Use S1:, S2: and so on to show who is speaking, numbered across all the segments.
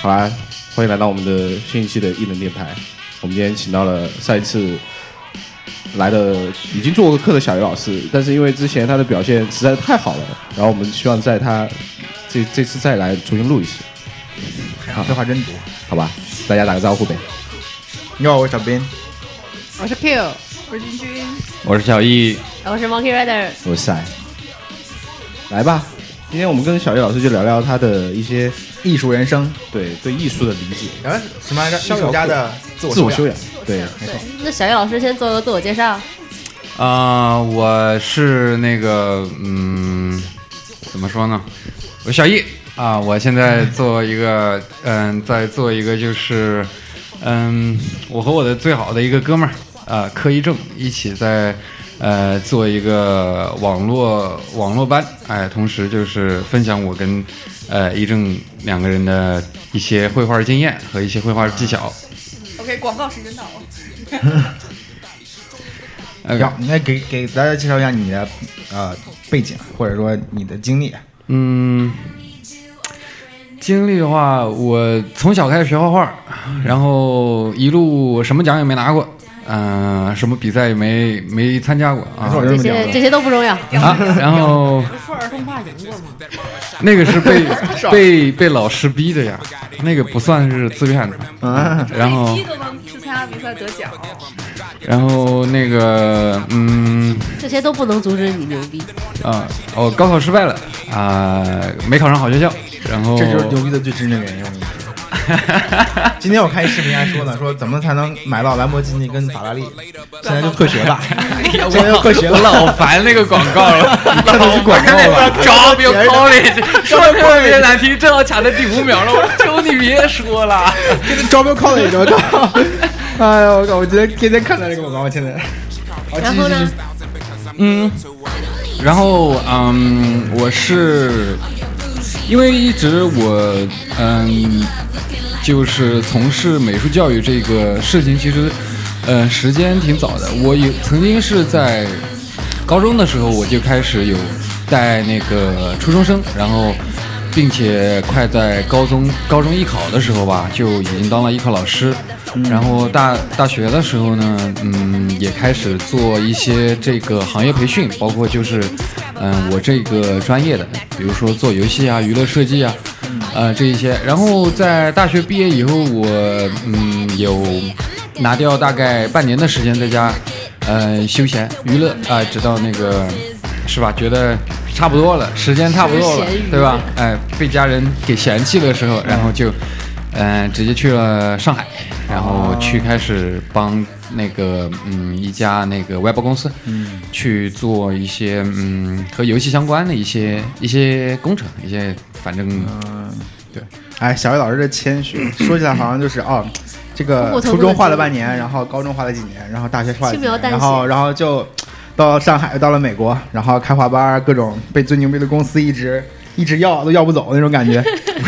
S1: 好啦，欢迎来到我们的新一期的异能电台。我们今天请到了上一次来的已经做过客的小鱼老师，但是因为之前他的表现实在太好了，然后我们希望在他这这次再来重新录一次，
S2: 啊这话真多。
S1: 好吧？大家打个招呼呗。
S2: 你好，我是小编。
S3: 我是 Q，
S4: 我是君君，
S5: 我是小易，
S3: 我是 Monkey Rider，
S1: 我是赛，来吧。今天我们跟小鱼老师就聊聊他的一些
S2: 艺术人生，
S1: 对对艺术的理解、
S2: 啊，什么来着？
S1: 逍
S2: 艺
S1: 遥
S2: 术家的自
S1: 自我
S2: 修
S1: 修养。对，
S4: 嗯
S3: 那小叶老师先做个自我介绍。
S5: 啊、我是那个，嗯，怎么说呢？我是小易啊、我现在做一个，嗯，在做一个就是，嗯，我和我的最好的一个哥们儿，啊，柯一正一起在，呃，做一个网络网络班，哎，同时就是分享我跟，呃，一正两个人的一些绘画经验和一些绘画技巧。
S4: OK，广告时间到了。
S5: 呃
S2: 要那给给大家介绍一下你的呃背景，或者说你的经历。
S5: 嗯，经历的话，我从小开始学画画，然后一路什么奖也没拿过，嗯、什么比赛也没没参加过啊
S2: 没错
S3: 这些这些都不重要，
S5: 啊，然后
S4: 不是说儿童画赢过吗？
S5: 那个 是被被被老师逼的呀，那个不算是自愿的，
S2: 啊，
S5: 然后
S4: 一都能去参加比赛得奖，
S5: 然后那个嗯。
S3: 这些都不能阻止你牛逼。
S5: 啊，哦，高考失败了啊、没考上好学校，然后
S2: 这就是牛逼的最真正原因。我跟你说，今天我看一视频还啊说呢，说怎么才能买到兰博基尼跟法拉利？现在就退学吧，现在就退学了。
S5: 老烦那个广告 了，
S2: 这都是广告吧
S5: Job your college，说的特别难听，正好卡在第五秒了，我求你别说了。
S2: 这招标靠的也就到。 哎呦我靠！我今天天天看到这个广告，我现在。
S5: 哦
S2: 好
S3: 然后？
S2: 继
S3: 呢
S2: 续继续，
S5: 嗯， 然后嗯，我是因为一直我嗯，就是从事美术教育这个事情，其实呃时间挺早的。我也曾经是在高中的时候，我就开始有带那个初中生，然后。并且快在高中高中艺考的时候吧，就已经当了艺考老师。然后大大学的时候呢，嗯，也开始做一些这个行业培训，包括就是，嗯、我这个专业的，比如说做游戏啊、娱乐设计啊，呃这一些。然后在大学毕业以后，我嗯有拿掉大概半年的时间在家，呃休闲娱乐啊、直到那个是吧，觉得差不多了，时间差不多了
S3: 休闲娱，乐
S5: 对吧？哎、被家人给嫌弃的时候，然后就，嗯、直接去了上海，然后去开始帮那个嗯一家那个外包公司，嗯，去做一些嗯和游戏相关的一些一些工程，一些反正
S2: 哎，小魏老师这谦虚，说起来好像就是哦，这
S3: 我
S2: 个
S3: 头
S2: 初中
S3: 部的
S2: 画了
S3: 经历
S2: 半年，然后高中画了几年，然后大学画了几
S3: 轻描
S2: 年，
S3: 淡
S2: 然后
S3: 写
S2: 然后就到上海，到了美国，然后开画班儿，各种被最牛逼的公司一直一直要都要不走那种感 觉。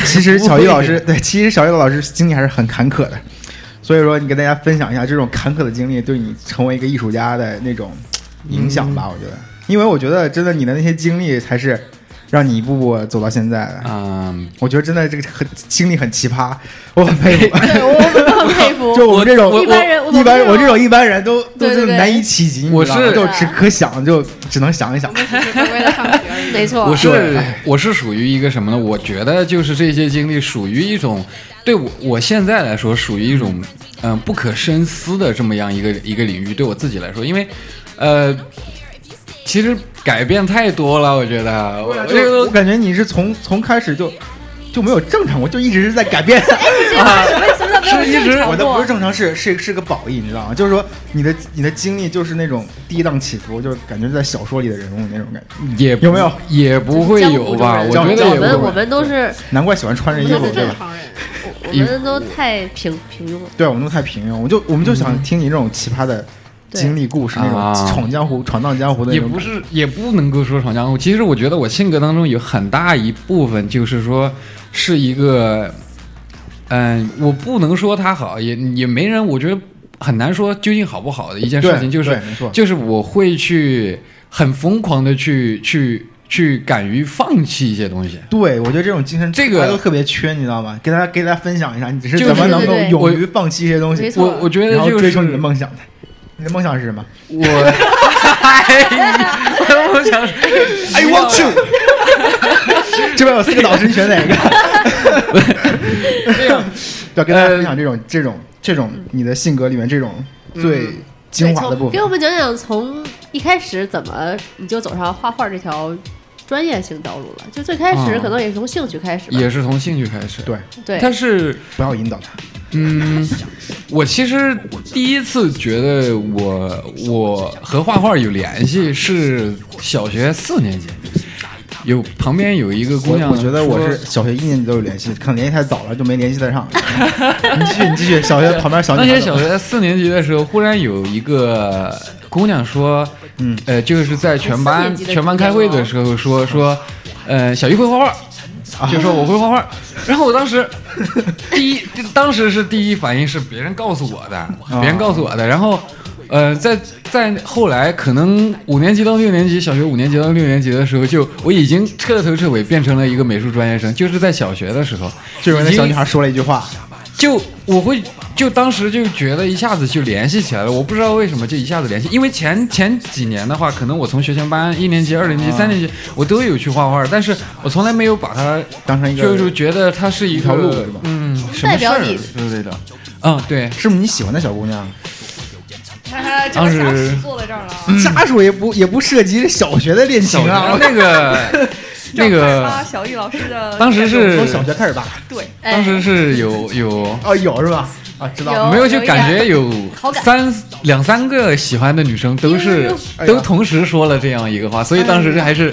S2: 其实小易老师对，其实小易老师经历还是很坎坷的，所以说你跟大家分享一下这种坎坷的经历对你成为一个艺术家的那种影响吧，我觉得，因为我觉得真的你的那些经历才是让你一步步走到现在的。
S5: 嗯，
S2: 我觉得真的这个很经历很奇葩，我很佩服。
S3: 对，我我很佩服。
S2: 就我们这种
S3: 我一般人我
S2: 一般人
S3: 我
S2: 我这种一般人都都
S3: 对对
S2: 是
S3: 对
S2: 难以企及，你
S5: 我
S2: 知道吗
S5: 是
S2: 就只可想，就只能想一想。
S4: 就是为了上学而已。
S3: 没错，
S2: 啊
S5: 我是我是属于一个什么呢？我觉得就是这些经历属于一种，对我我现在来说属于一种，嗯、不可深思的这么样一个一个领域。对我自己来说，因为，呃，其实改变太多了，我觉得我这个
S2: 哎啊就
S5: 都
S2: 我感觉你是从从开始就就没有正常过，就一直是在改变。
S3: 这个什么什么叫没有
S5: 啊是一直
S3: 正常
S2: 我的不
S3: 过
S2: 是正常，是是是个褒义，你知道吗？就是说你的你的经历就是那种跌宕起伏，就是感觉在小说里的人物那种感觉。
S5: 也不
S2: 有没有
S5: 也不会有吧？我
S3: 我
S2: 江湖
S5: 觉
S2: 中人
S5: 得
S3: 我
S5: 也
S3: 们
S5: 不
S3: 我
S5: 会。
S3: 们都是
S2: 难怪喜欢穿着衣
S3: 我
S2: 服，
S3: 们
S2: 对
S3: 正
S2: 吧？
S4: 常人，
S3: 我们都太平平庸了。
S2: 对，我们都太平庸，我就我们就想听你这种奇葩的
S3: 对
S2: 经历故事，那种
S5: 啊
S2: 闯江湖、闯荡江湖的那
S5: 也
S2: 种
S5: 不
S2: 感觉。
S5: 是，也不能够说闯江湖。其实我觉得我性格当中有很大一部分就是说是一个，嗯、我不能说他好，也也没人，我觉得很难说究竟好不好的一件事
S2: 对
S5: 情，就是
S2: 对没错
S5: 就是我会去很疯狂的去去去敢于放弃一些东西。
S2: 对，我觉得这种精神
S5: 这个
S2: 大家都特别缺，你知道吗？给大家给大家分享一下，你是
S5: 就
S2: 怎么
S5: 是
S2: 能够
S3: 对对对
S2: 勇于放弃一些东西
S3: 没，错
S5: 我我觉得
S2: 然后
S5: 就
S2: 追求你的
S5: 是
S2: 梦想的。你的梦想是什么？
S5: 我， 哎呀我的梦想是
S2: I want you。这 边有四个导师，你选哪个？
S5: 这样。
S2: 要跟大家分享这
S5: 呃
S2: 种、这种这种你的性格里面这种最
S5: 嗯
S2: 精华的部
S3: 给
S2: 分。
S3: 我们讲讲从一开始怎么你就走上画画这条专业性道路了？就最开始
S5: 啊
S3: 可能也是从兴趣开始吧，
S5: 也是从兴趣开始。
S2: 对，
S3: 对，
S5: 但是
S2: 不要引导他。
S5: 嗯，我其实第一次觉得我我和画画有联系是小学四年级，有旁边有一个姑
S2: 我
S5: 娘
S2: 我觉得我
S5: 说
S2: 是小学一年级都有联系，可能联系太早了就没联系得 上。你继续，你继续。小学旁边小
S5: 那
S2: 女孩
S5: 些
S2: 怎
S5: 小
S2: 么
S5: 学四年级的时候，忽然有一个姑娘说，
S2: 嗯，
S5: 呃，就是在全
S3: 四
S5: 班
S3: 年级的
S5: 全班开会的时候说说，呃，小玉会画画，就说我会画画。然后我当时 第一，当时是第一反应是别人告诉我的，
S2: 啊
S5: 别人告诉我的。然后，呃，在在后来可能五年级到六年级，小学五年级到六年级的时候，就我已经彻头彻尾变成了一个美术专业生，就是在小学的时候，
S2: 就有
S5: 已
S2: 那
S5: 经
S2: 小女孩说了一句话，
S5: 就我会就当时就觉得一下子就联系起来了，我不知道为什么就一下子联系，因为前前几年的话，可能我从学前班一年级、二年级、三年级我都有去画画，但是我从来没有把它
S2: 当成一
S5: 就
S2: 个
S5: 是觉得它是一
S2: 一条路
S5: 个
S2: 是吧
S5: 嗯，什
S3: 代
S5: 么事
S3: 表
S5: 儿
S3: 你
S5: 之类的，嗯， 对，
S2: 是不是你喜欢的小姑娘？
S4: 看看这
S5: 当时
S4: 个家属坐在这儿了啊，
S5: 嗯
S2: 家属也不也不涉及小学的恋情啊。
S5: 那个那
S4: 这样快发
S5: 个，
S4: 小易老师的
S5: 当时是
S2: 从小学开始吧？
S4: 对，
S3: 哎
S5: 当时是有有。
S2: 哦，有是吧？啊，知道了。
S3: 有
S5: 没有，就感觉有
S3: 好感
S5: 三两三个喜欢的女生都是
S2: 哎呀
S5: 都同时说了这样一个话，所以当时这还是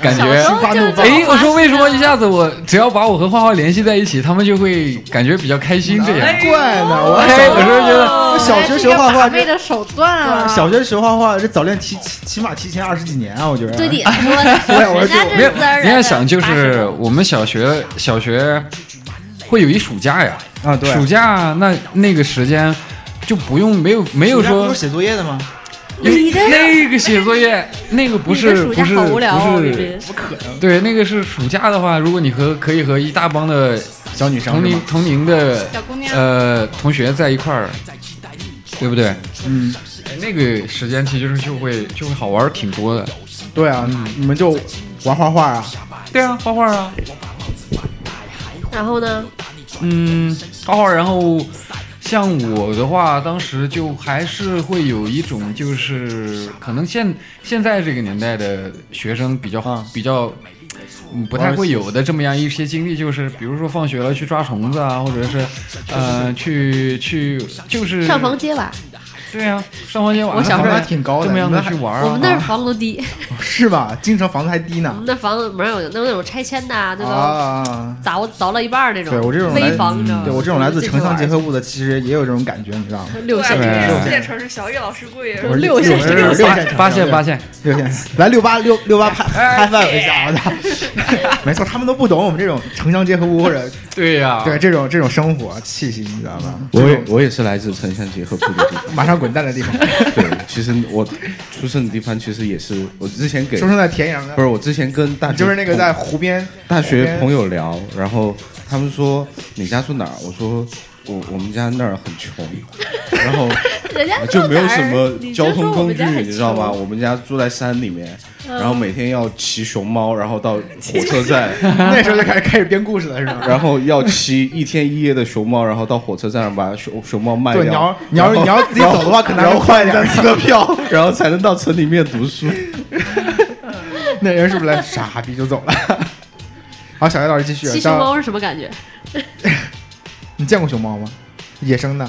S5: 感
S3: 嗯小时
S5: 觉。
S3: 候就
S2: 感觉
S5: 哎，我说
S3: 啊
S5: 为什么一下子我只要把我和画画联系在一起，他们就会感觉比较开心
S3: 哎
S5: 这样？
S2: 难怪呢，我
S5: 哎，我说觉得
S2: 我小学学画画
S3: 这是一个把妹的手段啊，
S2: 小学学画画，这早恋提起起码提前二十几年啊，我觉得。
S3: 对你说的，人家这
S5: 没有
S3: 是自然而然，
S5: 你要想就是我们小学小学会有一暑假呀，
S2: 啊，对。
S5: 暑假那那个时间就不用没有没有
S2: 暑假
S5: 说
S2: 不是写作业的吗？
S3: 你的
S5: 那个写作业，那个不
S3: 你的
S5: 是
S3: 暑
S5: 不
S3: 假
S5: 是
S3: 好无聊哦，
S5: 不
S3: 你
S5: 是
S3: 这
S5: 对，那个是暑假的话，如果你和可以和一大帮的
S2: 小女生
S5: 同
S2: 是
S5: 龄
S2: 吗？
S5: 同龄的
S4: 小姑娘
S5: 呃同学在一块儿，对不对？哎
S2: 嗯，
S5: 那个时间其实就会就会好玩儿挺多的。
S2: 对啊，你们就玩画画啊，
S5: 对啊，画画啊，
S3: 然后呢，
S5: 嗯，画画。然后像我的话，当时就还是会有一种就是可能现现在这个年代的学生比较、
S2: 啊
S5: 比较。嗯不太会有的这么样一些经历，就是比如说放学了去抓虫子啊，或者是，呃，去去就是
S3: 上房揭瓦，
S5: 对啊，上房揭瓦，
S3: 我小时候
S2: 还挺高的
S5: 这么样
S2: 你
S5: 的
S2: 们还
S5: 去玩儿啊。
S3: 我们那儿房都低，
S2: 是吧？京城房子还低
S3: 我
S2: 呢
S3: 们。那房子门上有那种那种拆迁的啊，那种
S2: 啊，
S3: 凿凿了一半儿那种，
S2: 对我这种来
S3: 危房，你知道吗？
S2: 对我这种来自城乡结合部的，其实也有这种感觉，你知道吗？
S3: 六线
S5: 对
S4: 对，
S5: 啊
S4: 这
S5: 对
S4: 四线城市小易老师贵，
S2: 我是
S3: 六线
S2: 我是六线城市
S5: 发现发现，
S2: 六线，来六八六六八拍嗨翻我一下，我操！ 没错，他们都不懂我们这种城乡结合部或者
S5: 对呀、
S2: 对这种这种生活气息，你知道吗？
S1: 我
S2: 这
S1: 也
S2: 种
S1: 我也是来自城乡结合部的地方。
S2: 马上滚蛋的地方，
S1: 对，其实我出生的地方其实也是我之前给
S2: 出生在田阳的
S1: 不，是我之前跟大学
S2: 就是那个
S1: 同
S2: 在 湖边
S1: 大
S2: 湖
S1: 学
S2: 边
S1: 朋友聊，然后他们说你家住哪儿？我说我我们家那儿很穷，然后
S3: 人家
S1: 就没有
S3: 到
S1: 什
S3: 哪儿
S1: 么交通工具，你知道？
S3: 哎就说我们家
S1: 吗？我
S3: 很穷嗯
S1: 们家住在山里面，然后每天要骑熊猫，然后 到火车站，
S2: 那时候就开始开始编故事了，是吗？
S1: 然后要骑一天一夜的熊猫，然后到火车站把熊熊猫卖
S2: 对，你要
S1: 掉。
S2: 你要
S1: 然后
S2: 你要自己走的话，可能
S1: 然
S2: 要
S1: 后
S2: 快
S1: 换
S2: 点
S1: 张
S2: 儿。
S1: 车票，然后才能到城里面读书。
S2: 那人是不是来傻逼就走了？ 好，小叶老师继续。啊
S3: 骑熊
S2: 到
S3: 猫是什么感觉？
S2: 你见过熊猫吗？野生的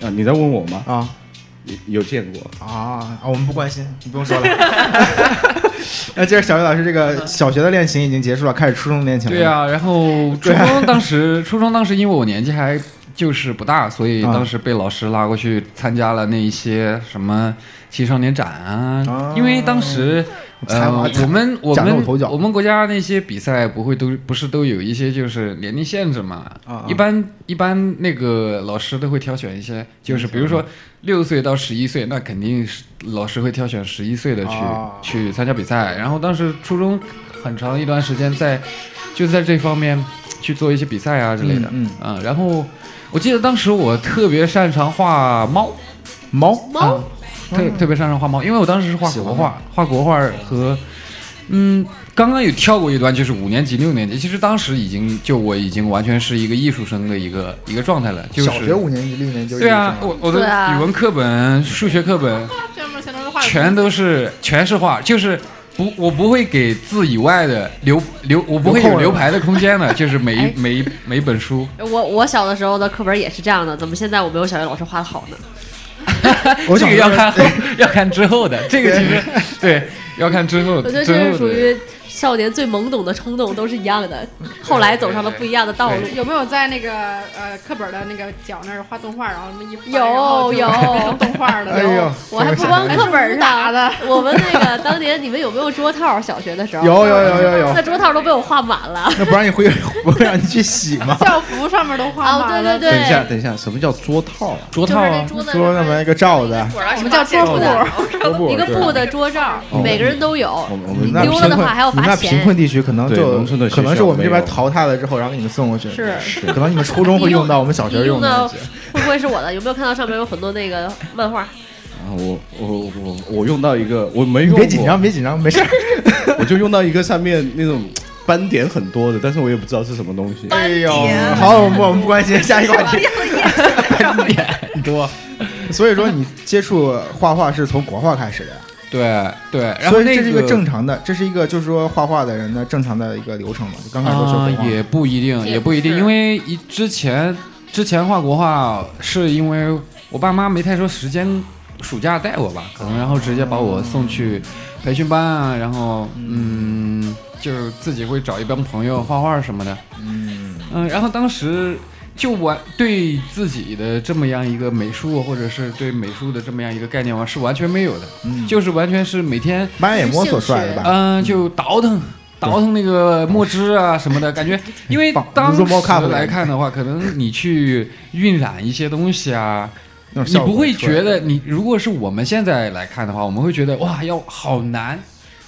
S1: 啊，你在问我吗？
S2: 啊
S1: 有见过？
S2: 啊啊！我们不关心，你不用说了。 那接着小叶老师这个小学的恋
S5: 啊
S2: 情已经结束了，开始初中的恋情了。啊
S5: 对呀、然后初中当时初中当时因为我年纪还就是不大，所以
S2: 啊
S5: 当时被老师拉过去参加了那一些什么青少年展啊，
S2: 啊
S5: 因为当时
S2: 才
S5: 呃
S2: 华
S5: 我们我
S2: 崭露
S5: 们
S2: 头角
S5: 我们国家那些比赛不会都不是都有一些就是年龄限制嘛，
S2: 啊啊
S5: 一般一般那个老师都会挑选一些，就是比如
S2: 嗯
S5: 说六岁到十一岁，那肯定是老师会挑选十一岁的去、
S2: 啊
S5: 去参加比赛，然后当时初中很长一段时间在就在这方面去做一些比赛啊之类的，
S2: 嗯
S5: 啊然后我记得当时我特别擅长画猫，
S2: 猫
S3: 猫
S5: 啊特
S2: 嗯
S5: 特别擅长画猫，因为我当时是画国画，画国画和嗯，刚刚有跳过一段，就是五年级、六年级，其实当时已经就我已经完全是一个艺术生的一个一个状态了，就是
S2: 小学五年级、六年级就
S5: 对啊，我我的
S3: 对啊
S5: 语文课本、数学课本
S4: 上面全都是画
S5: 全都是全是画，就是不我不会给字以外的留留，我不会有留排的空 间的，就是每
S3: 哎
S5: 一每一每一本书，
S3: 我我小的时候的课本也是这样的，怎么现在我没有小学老师画的好呢？
S2: 我
S5: 这
S2: 小
S5: 个
S2: 时
S5: 要
S2: 候
S5: 看后要看之 后的，这个其实对要看之后，
S3: 我觉得
S5: 之后
S3: 这是
S5: 的
S3: 属于少年最懵懂的冲动，都是一样的，后来走上了不一样的道路
S5: 对。
S4: 有没有在那个呃课本的那个角那儿画动画，然后那么一翻
S3: 有
S4: 然后就
S3: 有
S4: 变成动画了？
S2: 哎呦，
S3: 我还不光课本儿
S4: 打的，
S3: 我们那个当年你们有没有桌套？小学的时候
S2: 有有有有有
S3: 那桌套都被我画满了。
S2: 那不让你回，不会让你去 洗 吗？
S4: 校服上面都画
S3: 哦，对
S4: 满了。
S3: 对
S1: 等一下，
S3: 对，
S1: 等一下，什么叫桌套啊？
S5: 桌套
S3: 就
S5: 啊，
S3: 是那桌子
S2: 桌上面一个罩子，
S4: 我们叫桌
S3: 布
S4: 布
S3: 的
S2: 桌布
S3: 一个
S2: 对
S3: 布的桌罩，
S1: 哦
S3: 每个人都有
S1: 我。们我们
S2: 你们
S1: 那
S2: 那
S3: 丢了
S2: 贫
S3: 的话
S2: 困
S3: 还要罚
S2: 你们那
S3: 钱
S2: 贫困地区可能
S1: 对
S2: 就
S1: 农村的
S2: 可能
S1: 学
S2: 是
S1: 校
S2: 我们这边
S1: 没有
S2: 淘汰了之后，然后给你们送过去。
S3: 是
S1: 是
S2: 可能你们初 中会
S3: 你用
S2: 用到，我们小学
S3: 你用
S2: 到
S3: 的。 会不会是我的？有没有看到上面有很多那个漫画？
S1: 啊，我我我我用到一个我没
S2: 你
S1: 用过，
S2: 别紧张，别紧张，没事儿。
S1: 我就用到一个上面那种斑点很多的，但是我也不知道是什么东西。
S2: 哎呦，好，我们我们不关心，下一个话题。 很多，所以说你接触画画是从国画开始的呀，
S5: 对对，然
S2: 所
S5: 后
S2: 以
S5: 那
S2: 这是一个正常的，这是一个就是说画画的人的正常的一个流程嘛，就刚开始都学
S5: 啊
S2: 国画。
S5: 也不一定，
S3: 也
S5: 也不一定，
S3: 是
S5: 因为一之前之前画国画是因为我爸妈没太说时间，暑假带我吧，可能然后直接把我送去培训班啊，然后嗯，就是自己会找一帮朋友画画什么的，
S2: 嗯，
S5: 嗯，然后当时。就完对自己的这么样一个美术，或者是对美术的这么样一个概念，我是完全没有的，
S2: 嗯
S5: 就是完全是每天
S2: 满眼摸索出来的吧？
S5: 嗯，就倒腾倒腾那个墨汁啊什么的，感觉，因为当时来看的话，可能你去晕染一些东西啊，
S2: 那种
S5: 你
S2: 效果
S5: 不会
S2: 出来
S5: 觉得你如果是我们现在来看的话，我们会觉得哇，要好难。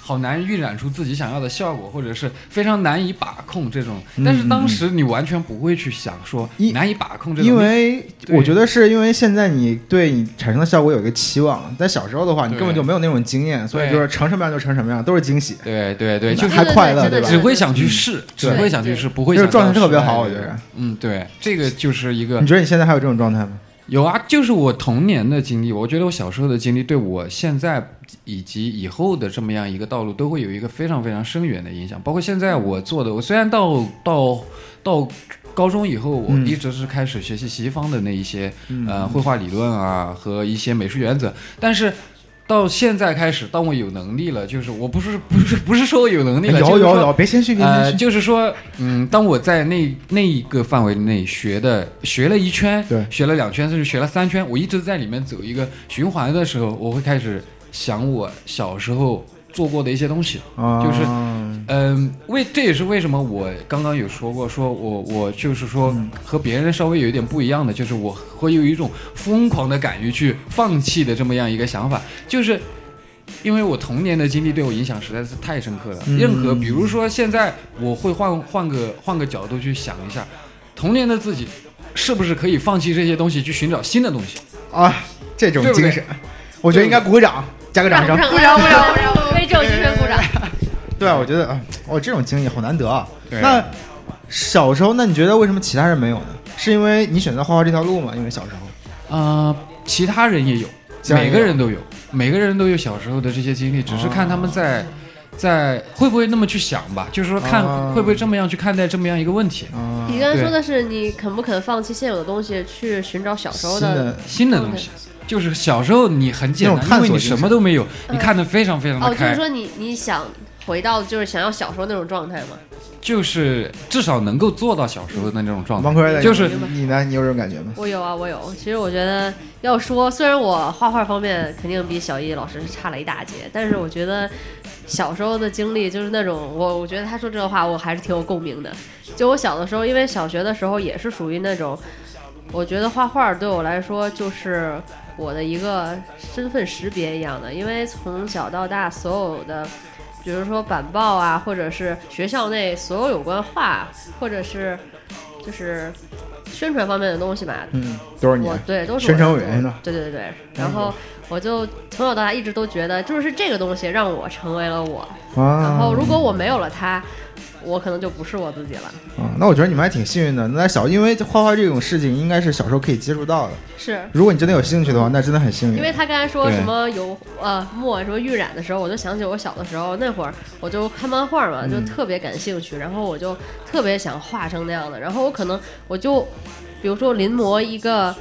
S5: 好难晕染出自己想要的效果，或者是非常难以把控这种。
S2: 嗯
S5: 但是当时你完全不会去想说
S2: 因
S5: 难以把控这
S2: 嗯
S5: 种，
S2: 因为
S5: 对
S2: 我觉得是因为现在你对你产生的效果有一个期望，但小时候的话，你
S5: 对
S2: 根本就没有那种经验，所以
S5: 对
S2: 就是成什么样就成什么样，都是惊喜，
S5: 对对对，就
S2: 还快乐
S3: 对对
S2: 对
S3: 对
S2: 吧
S5: 只会想去试，只
S2: 嗯对
S5: 会想去试，不会
S2: 这
S5: 想
S2: 个状态
S5: 到
S2: 特别
S5: 失败
S2: 好，我
S5: 这
S2: 觉
S5: 种
S2: 得。
S5: 嗯，对，这个就是一个
S2: 你觉得你现在还有这种状态吗？
S5: 有啊，就是我童年的经历，我觉得我小时候的经历对我现在以及以后的这么样一个道路都会有一个非常非常深远的影响。包括现在我做的，我虽然到到到高中以后，我
S2: 嗯
S5: 一直是开始学习西方的那一些、
S2: 嗯
S5: 呃绘画理论啊和一些美术原则，但是。到现在开始，当我有能力了，就是我不是不是不是说我有能力了，就
S2: 哎有
S5: 是说
S2: 有有，别谦虚，别谦
S5: 呃，
S2: 虚。
S5: 就是说，嗯，当我在那那一个范围内学的，学了一圈，
S2: 对
S5: 学了两圈，甚至学了三圈，我一直在里面走一个循环的时候，我会开始想我小时候做过的一些东西。
S2: 啊
S5: 呃就是嗯，为这也是为什么我刚刚有说过，说我我就是说和别人稍微有一点不一样的，就是我会有一种疯狂的敢于去放弃的这么样一个想法，就是因为我童年的经历对我影响实在是太深刻了。
S2: 嗯
S5: 任何比如说现在我会换换个换个角度去想一下，童年的自己是不是可以放弃这些东西去寻找新的东西？
S2: 啊，这种
S5: 对不对
S2: 精神，我觉得应该鼓个掌，加个掌声。
S3: 鼓
S4: 掌鼓掌鼓掌
S3: 为这种精神鼓掌。
S2: 对，我觉得啊，哦，这种经历好难得啊。
S5: 对
S2: 那小时候，那你觉得为什么其他人没有呢？是因为你选择画画这条路吗？因为小时候，
S5: 呃，其他人也有，
S2: 其他人
S5: 每
S2: 也有
S5: 个人都有，每个人都有小时候的这些经历，只是看他们在、在会不会那么去想吧，就是说看、
S2: 啊
S5: 会不会这么样去看待这么样一个问题，
S2: 啊，
S3: 你刚才说的是你肯不肯放弃现有的东西，去寻找小时候
S2: 新
S3: 的
S2: 的
S5: 新的东西。就是小时候你很简
S2: 那种探
S5: 单，
S2: 索
S5: 因为你
S2: 精神
S5: 什么都没有，你看得非常非常
S3: 嗯哦，
S5: 的
S3: 就是
S5: 开。
S3: 说你你想回到就是想要小时候那种状态吗？
S5: 就是至少能够做到小时候的那种状
S2: 王
S5: 态。
S2: 坤，
S5: 就是
S2: 你呢？你有这种感觉吗？
S3: 我有啊，我有。其实我觉得，要说虽然我画画方面肯定比小艺老师差了一大截，但是我觉得小时候的经历就是那种我，我觉得他说这话我还是挺有共鸣的。就我小的时候，因为小学的时候也是属于那种，我觉得画画对我来说就是我的一个身份识别一样的，因为从小到大所有的。比如说板报啊，或者是学校内所有有关画，或者是就是宣传方面的东西吧，
S2: 嗯，都是你
S3: 我对都是
S2: 宣传
S3: 我
S2: 委员嗯呢
S3: 对对对对。然后我就从小到大一直都觉得，就是这个东西让我成为了我。
S2: 啊。
S3: 然后如果我没有了它，我可能就不是我自己了。
S2: 啊，那我觉得你们还挺幸运的。那小，因为画画这种事情应该是小时候可以接触到的。
S3: 是
S2: 如果你真的有兴趣的话，那真的很幸运。
S3: 因为他刚才说
S2: 嗯对
S3: 什么油呃墨什么晕染的时候，我就想起我小的时候那会儿，我就看漫画嘛，
S2: 嗯
S3: 就特别感兴趣，然后我就特别想画成那样的，然后我可能我就比如说临摹一个。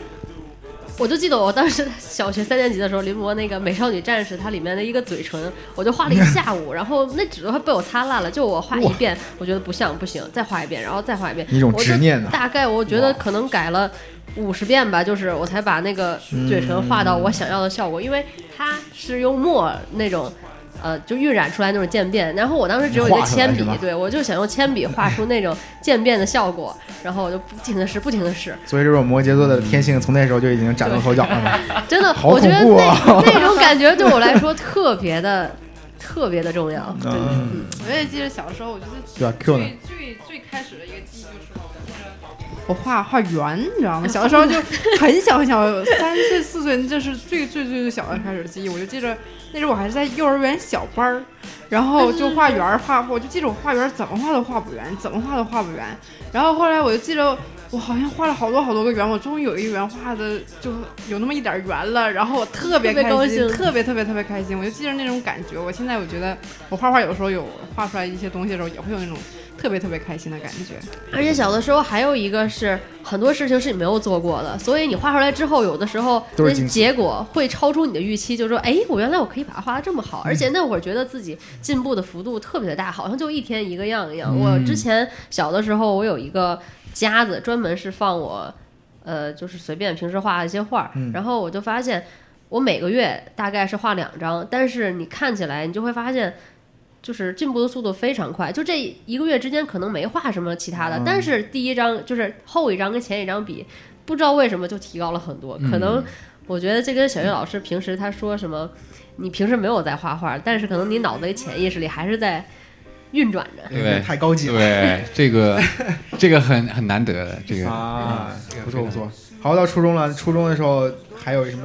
S3: 我就记得我当时小学三年级的时候临摹那个《美少女战士》，它里面的一个嘴唇，我就画了一 下午，然后那纸都快被我擦烂了。就我画一遍，我觉得不像，不行，再画一遍，然后再画一遍。
S2: 一种执念啊
S3: 我
S2: 呐
S3: 就大概我觉得可能改了五十遍吧，就是我才把那个
S2: 嗯
S3: 嘴唇画到我想要的效果，因为它是用墨那种。呃，就晕染出来那种渐变，然后我当时只有一个
S2: 画出来
S3: 铅笔
S2: 是吧，
S3: 对我就想用铅笔画出那种渐变的效果，然后我就不停的试，不停的试，
S2: 所以这种摩羯座的天性从那时候就已经崭露头角了嘛。
S3: 真的，
S2: 好
S3: 我觉得
S2: 恐怖啊
S3: 那那种感觉对我 来说特别的特别的重要。对
S2: 嗯，
S4: 我也记得小时候，我就是
S2: 对吧？Q 呢
S4: 最？最最开始的一个记忆就是我就是我画画圆，你知道吗？
S3: 嗯
S4: 小的时候就很小很小，三岁四岁，这是最最最最小的开始记忆。我就记着那时候我还是在幼儿园小班儿，然后就画圆儿画，我就记着我画圆儿怎么画都画不圆，怎么画都画不圆。然后后来我就记着。我好像画了好多好多个圆，我终于有一个圆画的就有那么一点儿圆了，然后我特别
S3: 特别
S4: 开
S3: 高
S4: 心，
S3: 兴
S4: 特别特别特别开心，我就记着那种感觉。我现在我觉得我画画有时候有画出来一些东西的时候，也会有那种特别特别开心的感觉。
S3: 而且小的时候还有一个是很多事情是你没有做过的，所以你画出来之后，有的时候
S2: 都
S3: 那
S2: 是惊喜
S3: 结果会超出你的预期，就是说，哎，我原来我可以把它画的这么好，而
S2: 嗯
S3: 且那会儿觉得自己进步的幅度特别的大，好像就一天一个样一样。
S2: 嗯
S3: 我之前小的时候，我有一个夹子，专门是放我，呃，就是随便平时画的一些画儿，
S2: 嗯
S3: 然后我就发现。我每个月大概是画两张，但是你看起来，你就会发现，就是进步的速度非常快。就这一个月之间，可能没画什么其他的，但是第一张就是后一张跟前一张比，不知道为什么就提高了很多。可能我觉得这跟小学老师平时他说什么，你平时没有在画画，但是可能你脑子里潜意识里还是在运转着。
S5: 对
S2: 太高级了
S5: 对， 这个这个很很难得的，这个
S2: 啊，不错不错。好，到初中了，初中的时候还有什么？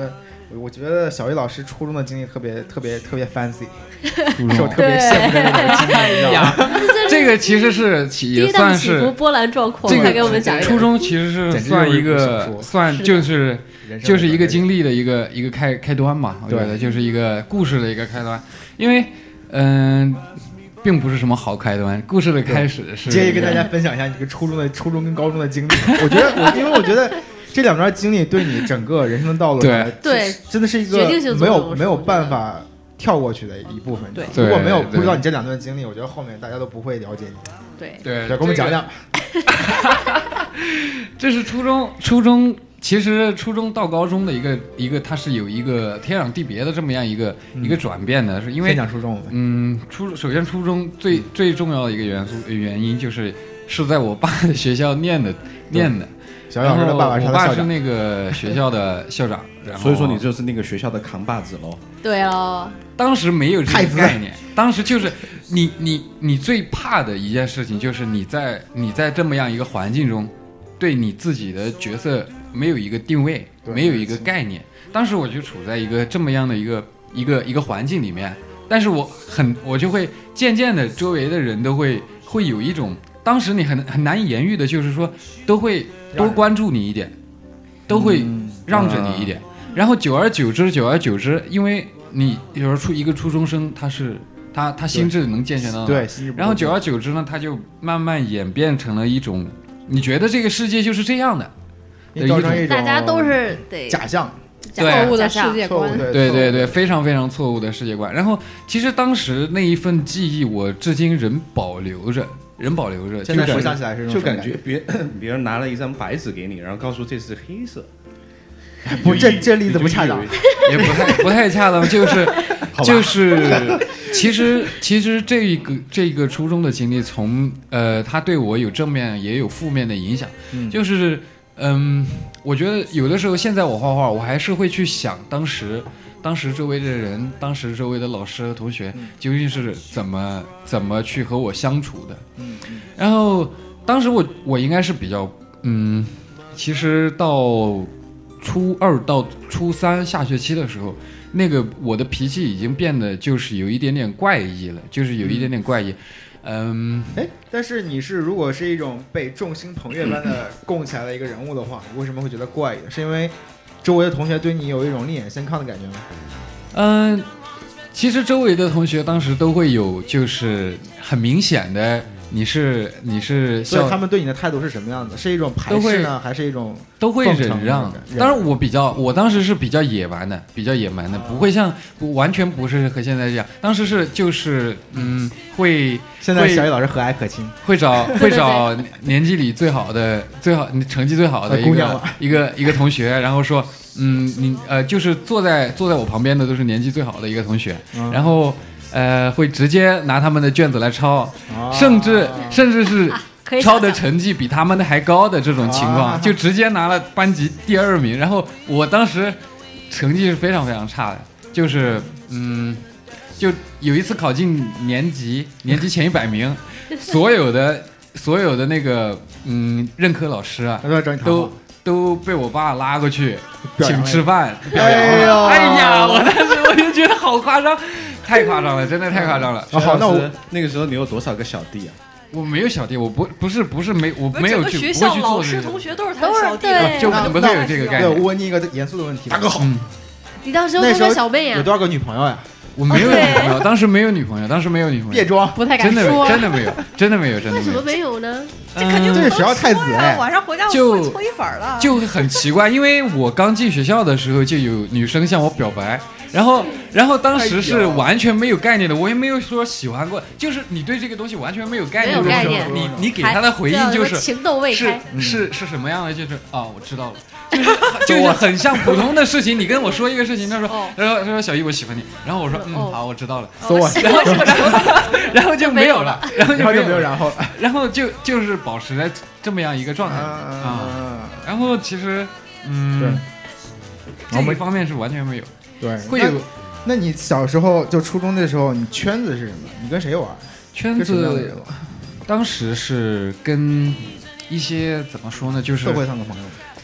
S2: 我我觉得小玉老师初中的经历特别特别特别 fancy，是我特别羡慕的那种
S3: 哎
S2: 经历，你知道吗？
S5: 这个其实是起
S3: 第一
S5: 也
S3: 档
S5: 算
S3: 起伏
S5: 是
S3: 波澜壮阔，
S5: 这个
S3: 快给我们讲一
S5: 初
S3: 讲。
S5: 中其实是
S2: 简直
S5: 算
S2: 就是
S5: 一
S2: 一本小
S5: 个
S2: 说
S5: 算
S3: 是的
S5: 就是
S2: 人生
S5: 就是一个
S2: 经。
S5: 经历的一个一个开开端吧，我觉
S2: 对
S5: 得就是一个故事的一个开端，因为嗯、并不是什么好开端，故事的开始是
S2: 接着跟大家分享一下你个初中的初中跟高中的经历。我觉得我因为我觉得这两段经历对你整个人生的道路
S5: 对
S2: 上
S3: 对
S2: 是真的是一
S3: 决
S2: 个
S3: 定性作用
S2: 没
S3: 我
S2: 有
S3: 是
S2: 没有
S3: 觉得
S2: 办法跳过去的一部分。
S3: 对
S2: 如果没有
S5: 对
S2: 不知道你这两段经历，我觉得后面大家都不会了解你。
S3: 对，
S5: 对，嗯
S2: 对，给我们讲讲。
S5: 这是初中，初中其实初中到高中的一个一个，它是有一个天壤地别的这么样一个、一个转变的，是因
S2: 嗯先
S5: 为
S2: 讲嗯初中，
S5: 嗯，初首先初中最最重要的一个元素呃原因就是是在我爸的学校念的念的，
S2: 小小老师的爸爸是
S5: 然
S2: 他
S5: 后
S2: 的
S5: 我爸
S2: 校
S5: 是
S2: 长。
S5: 那个学校的校长，然后
S1: 所以说你就是那个学校的扛把子喽。
S3: 对哦，
S5: 当时没有这
S2: 太
S5: 个
S2: 子
S5: 概念，当时就是你你你最怕的一件事情就是你在你在这么样一个环境中，对你自己的角色没有一个定位，
S2: 对
S5: 没有一个概念。当时我就处在一个这么样的一个一个一个环境里面，但是我很我就会渐渐的周围的人都会会有一种，当时你很很难以言喻的，就是说都会多关注你一点，都会
S2: 嗯
S5: 让着你一点。然后久而久之，久而久之，因为你有时候初一个初中生，他是他他心智能健全到哪
S2: 对，西部
S5: 嗯然后久而久之呢，他就慢慢演变成了一种，你觉得这个世界就是这样的，
S2: 造成一种
S3: 大家都是得
S2: 假象，
S3: 假
S5: 对啊
S4: 错误的
S3: 假象
S4: 世界
S2: 错误
S4: 观，
S2: 的，
S5: 对
S2: 错误
S5: 对
S2: 的
S5: 对，非常非常错误的世界观。然后其实当时那一份记忆，我至今仍保留着，仍保留着。
S2: 现在
S5: 就
S2: 回
S5: 感
S2: 想起来是这种
S6: 就
S2: 什么
S6: 感觉别 别人拿了一张白纸给你，然后告诉这是黑色，
S2: 不，这这例子不恰当
S6: 你就以。为
S5: 也不太不太恰当，就是就是，其实其实这一个这个初中的经历从，呃，它对我有正面也有负面的影响，就是嗯，我觉得有的时候现在我画画，我还是会去想当时。当时周围的人，当时周围的老师和同学，究竟是怎么怎么去和我相处的？然后当时我我应该是比较嗯，其实到初二到初三下学期的时候，那个我的脾气已经变得就是有一点点怪异了，就是有一点点怪异。嗯，
S2: 哎， 但是你是如果是一种被众星捧月般的供起来的一个人物的话，你为什么会觉得怪异？是因为周围的同学对你有一种另眼相看的感觉吗？
S5: 嗯，其实周围的同学当时都会有，就是很明显的，你是你是
S2: 所以他
S5: 校
S2: 们对你的态度是什么样子？是一种排
S5: 都会
S2: 斥呢，还是一种
S5: 都会
S2: 奉承
S5: 忍
S2: 的
S5: 让
S2: 那种。忍
S5: 当然，我比较，我当时是比较野蛮的，比较野蛮的，不会像不完全不是和现在这样。当时是就是嗯，会
S2: 现在
S5: 会
S2: 小雨老师和蔼可亲，
S5: 会找
S3: 对
S5: 会找年级里最好的、最好成绩最好的
S2: 呃
S5: 一
S2: 姑
S5: 个、
S2: 娘
S5: 一个一个同学，然后说，嗯，你呃，就是坐在坐在我旁边的都是年级最好的一个同学，然后呃，会直接拿他们的卷子来抄，
S2: 啊
S5: 甚至甚至是
S3: 可以
S5: 抄的
S3: 想象
S5: 成绩比他们的还高的这种情况，
S2: 啊
S5: 就直接拿了班级第二名。然后我当时成绩是非常非常差的，就是嗯，就有一次考进年级年级前一百 名，所有的所有的那个嗯任课老师啊
S2: 他，都要找你谈话
S5: 都都被我爸拉过去
S2: 表扬
S5: 请
S2: 了
S5: 吃饭。
S2: 哎呦，
S5: 哎呀，我当时我就觉得好夸张，太夸张了，真的太夸张了。
S2: 啊好，那我
S6: 那个时候你有多少个小弟啊？
S5: 我没有小弟，我不不是不是没我
S7: 不 是
S5: 没有
S7: 整个
S5: 去不
S7: 学
S5: 会
S7: 校
S5: 去
S7: 老
S5: 做这
S7: 师
S5: 个
S7: 同
S5: 东西。
S7: 学都是他
S3: 都
S7: 的
S3: 是
S7: 小弟
S3: 对
S7: 了，
S5: 就
S2: 那
S5: 不会有这个概
S2: 对我
S5: 念。
S2: 问你一个严肃的问题吧，大哥好，
S5: 嗯，
S3: 你当时有
S2: 那
S3: 多
S2: 时
S3: 少
S2: 候
S3: 小妹啊呀、
S2: 有多少个女朋友呀？
S5: 我没有
S3: 哦对
S5: 女朋友，当时没有女朋友，当时没有女朋
S2: 别
S5: 友，
S2: 装，
S4: 不太敢
S5: 真的
S4: 说
S5: 没。真的没有，真的没有，真的
S3: 为什
S5: 没
S3: 么
S5: 有。
S3: 没有呢？
S5: 这
S7: 肯
S2: 这
S7: 定不
S2: 是
S7: 能
S2: 学校太子
S7: 说呀
S2: 哎
S7: 晚上回家我
S5: 就
S7: 搓衣粉了。
S5: 就很奇怪，因为我刚进学校的时候就有女生向我表白，然后然后当时是完全没有概念的，我也没有说喜欢过，就是你对这个东西完全没有概念的时候，
S3: 没有概念
S5: 你你给他的回应就
S3: 还叫什么
S5: 是
S3: 情窦未
S5: 是
S3: 开，哦
S2: 嗯
S5: 是是什么样的？就是啊，我知道 了，就是就是很像普通的事情。你跟我说一个事情，他说
S3: 哦
S5: 他说他说小姨我喜欢你，然后我说嗯
S3: 哦
S5: 好我知道 了，
S2: 搜我，
S5: 然后然后就没有了，然后
S2: 然后就
S5: 就
S2: 没有
S5: 了，
S2: 然后了。
S5: 然后就就是保持在这么样一个状态啊。
S2: 啊，
S5: 然后其实嗯，这一方面是完全没有，
S2: 对，
S5: 会有
S2: 那。那你小时候就初中的时候，你圈子是什么？你跟谁玩？
S5: 圈
S2: 跟什么样的人
S5: 子。
S2: 玩？
S5: 当时是跟一些怎么说呢，就是
S2: 社会上的朋友。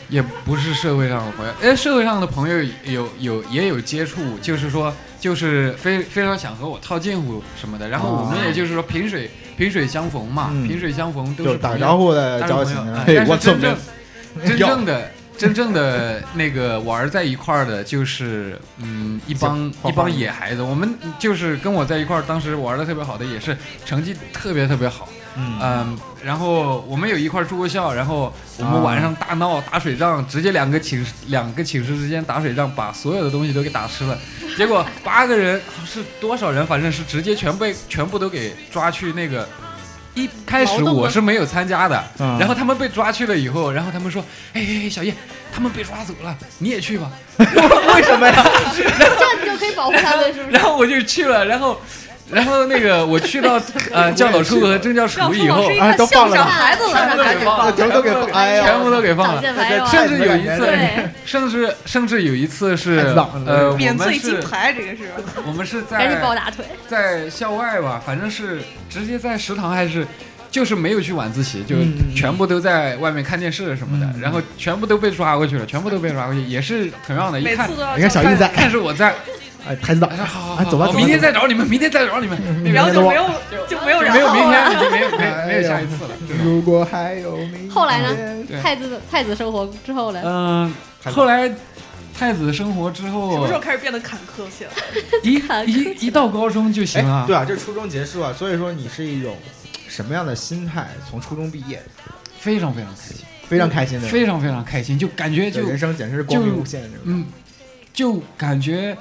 S5: 也不是社会上的朋友，哎，社会上的朋友有有也有接触，就是说就是非非常想和我套近乎什么的，然后我们也就是说萍水萍水相逢嘛，
S2: 啊嗯
S5: 萍水相逢都
S2: 就是打
S5: 朋友
S2: 招呼的
S5: 当
S2: 交
S5: 然
S2: 情
S5: 朋友，
S2: 啊
S5: 哎，
S6: 嘿
S5: 但是
S6: 我
S5: 真
S6: 怎么
S5: 正 真
S2: 要
S5: 正的真正的那个玩在一块儿的，就是嗯一帮
S2: 花
S5: 一帮
S2: 花
S5: 野孩子。我们就是跟我在一块儿，当时玩的特别好的也是成绩特别特别好，
S2: 嗯
S5: 嗯，然后我们有一块儿住过校，然后我们晚上大闹打水仗，直接两个寝室两个寝室之间打水仗，把所有的东西都给打湿了。结果八个人是多少人，反正是直接全被全部都给抓去那个。一开始
S3: 劳动吗
S5: 我是没有参加的，
S2: 啊
S5: 然后他们被抓去了以后，然后他们说：“哎哎哎，小叶，他们被抓走了，你也去吧。”
S2: 为什么呀？
S3: 这样你就可以保护他们，是 不是？
S5: 然后我就去了，然后，然后那个我去到呃教导处和政教处
S7: 让
S5: 以后
S7: 老师，一
S2: 哎
S7: 看
S2: 都
S7: 像
S2: 放
S7: 不
S2: 了
S7: 上
S2: 吧
S7: 孩子
S3: 上
S7: 了，
S3: 上
S7: 赶紧放。
S2: 全部都给放，哎呀，
S5: 全部都给放
S3: 挡
S5: 了。
S3: 箭牌
S2: 这
S3: 王，
S5: 甚至有 一
S2: 对
S5: 次，
S7: 对，
S5: 甚至甚至有一次是
S2: 太脏了
S5: 呃，我
S7: 免
S5: 们
S7: 罪金
S5: 是
S7: 牌，这个是
S5: 我们是
S3: 赶紧抱
S5: 在
S3: 大腿。
S5: 在校外吧，反正是直接在食堂还是。就是没有去晚自习，就
S2: 嗯嗯嗯嗯
S5: 全部都在外面看电视什么的，然后全部都被抓过去了，全部都被抓过去，也是同样的，一
S7: 每
S5: 看
S7: 次都要
S2: 你看小姨
S7: 叫看
S2: 在，
S5: 看是我在，
S2: 哎，孩子早
S5: 哎，好好
S2: 哎
S5: 好，
S2: 走吧
S5: 好
S2: 走吧
S5: 明天
S2: 走吧
S5: 再找你们，明天再找你们，
S2: 嗯
S7: 然后就没有就没有然
S5: 没有
S7: 后啊
S5: 明
S7: 了。
S5: 天，就没有没有没有下一次了。
S2: 如果还有明天
S3: 后来
S2: 呢？
S5: 对
S3: 太子太子生活之后呢？
S5: 嗯，后来太子生活之
S7: 什
S5: 后
S7: 么时，候开始变得坎坷起来？
S5: 一一一到高中就行
S2: 哎
S5: 了，
S2: 对。啊，这初中结束啊，所以说你是一种什么样的心态？从初中毕业，
S5: 非常非常开心，
S2: 非常开心的，
S5: 非常非常开心，就感觉就
S2: 对人生简直是光明无限的那种。
S5: 嗯，就感觉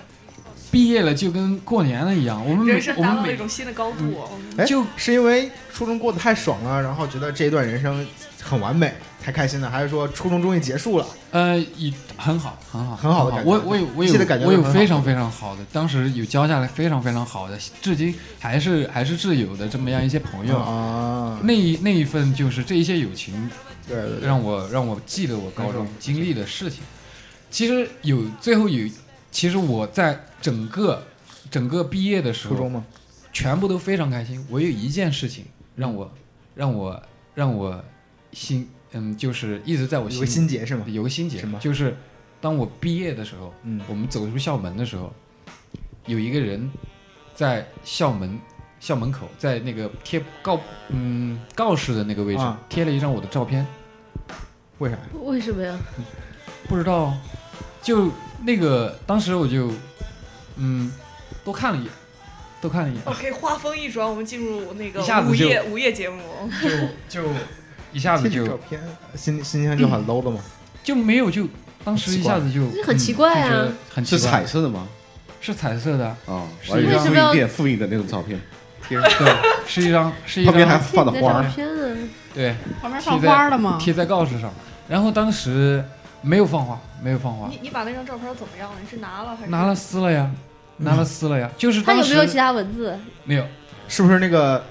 S5: 毕业了就跟过年了一样。我们每
S7: 人生
S5: 我
S7: 达
S5: 们
S7: 到了一
S5: 每
S7: 种新的高度。哦
S2: 哎
S5: 就是
S2: 因为初中过得太爽了，然后觉得这一段人生很完美才开心的，还是说初中终于结束了？
S5: 呃，以很好，很好，
S2: 很好的感觉
S5: 我我有我
S2: 记
S5: 有
S2: 得感觉
S5: 我
S2: 是
S5: 有
S2: 很好
S5: 非常非常好的，当时有交下来非常非常好的，至今还是还是挚友的这么样一些朋友。
S2: 啊，
S5: 那一那一份就是这一些友情，
S2: 对对对，
S5: 让我让我记得我高中经历的事情。其实有最后有，其实我在整个整个毕业的时
S2: 初中
S5: 候，
S2: 嘛，
S5: 全部都非常开心。我有一件事情让我让我让我心嗯，就是一直在我
S2: 有
S5: 心
S2: 个
S5: 里
S2: 心结是吗？
S5: 有个心结
S2: 是吗
S5: 就是当我毕业的时候，
S2: 嗯
S5: 我们走出校门的时候，有一个人在校门校门口，在那个贴告嗯告示的那个位置、
S2: 啊
S5: 贴了一张我的照片，
S2: 为啥？
S3: 为什么呀？
S5: 不知道，就那个当时我就嗯多看了一眼，多看了一
S3: 哦
S5: 眼，
S7: OK，话锋一转，我们进入那个
S5: 一下子
S7: 午
S5: 就
S7: 夜午夜节目。
S5: 就就一下子
S2: 贴 照
S5: 就嗯
S2: 片，心心情就很 low 的嘛。
S5: 就没有就当时一下子就
S3: 这很奇怪啊
S5: 嗯就觉得很奇
S1: 是
S5: 怪
S1: 彩色的吗？
S5: 是彩 色的，
S1: 啊，
S5: 是
S1: 我还以为
S5: 为什
S1: 复
S3: 么要
S1: 印店复印的那种照片，
S5: 对，是一张是一
S1: 旁边还啊
S5: 张
S1: 放的
S3: 你的
S1: 花
S3: 照
S1: 儿，
S3: 片啊，
S5: 对。
S4: 旁边
S5: 放
S4: 放
S5: 花
S4: 花了吗？
S5: 贴在告示上。然后当时没有放花，没有放花
S7: 你，你把那张照片怎么样了？你是拿了还是
S5: 拿了？撕了呀，拿了撕了呀。就是
S3: 它
S5: 当
S3: 有
S5: 时
S3: 没有其他文字？
S5: 没有，
S2: 是不是那个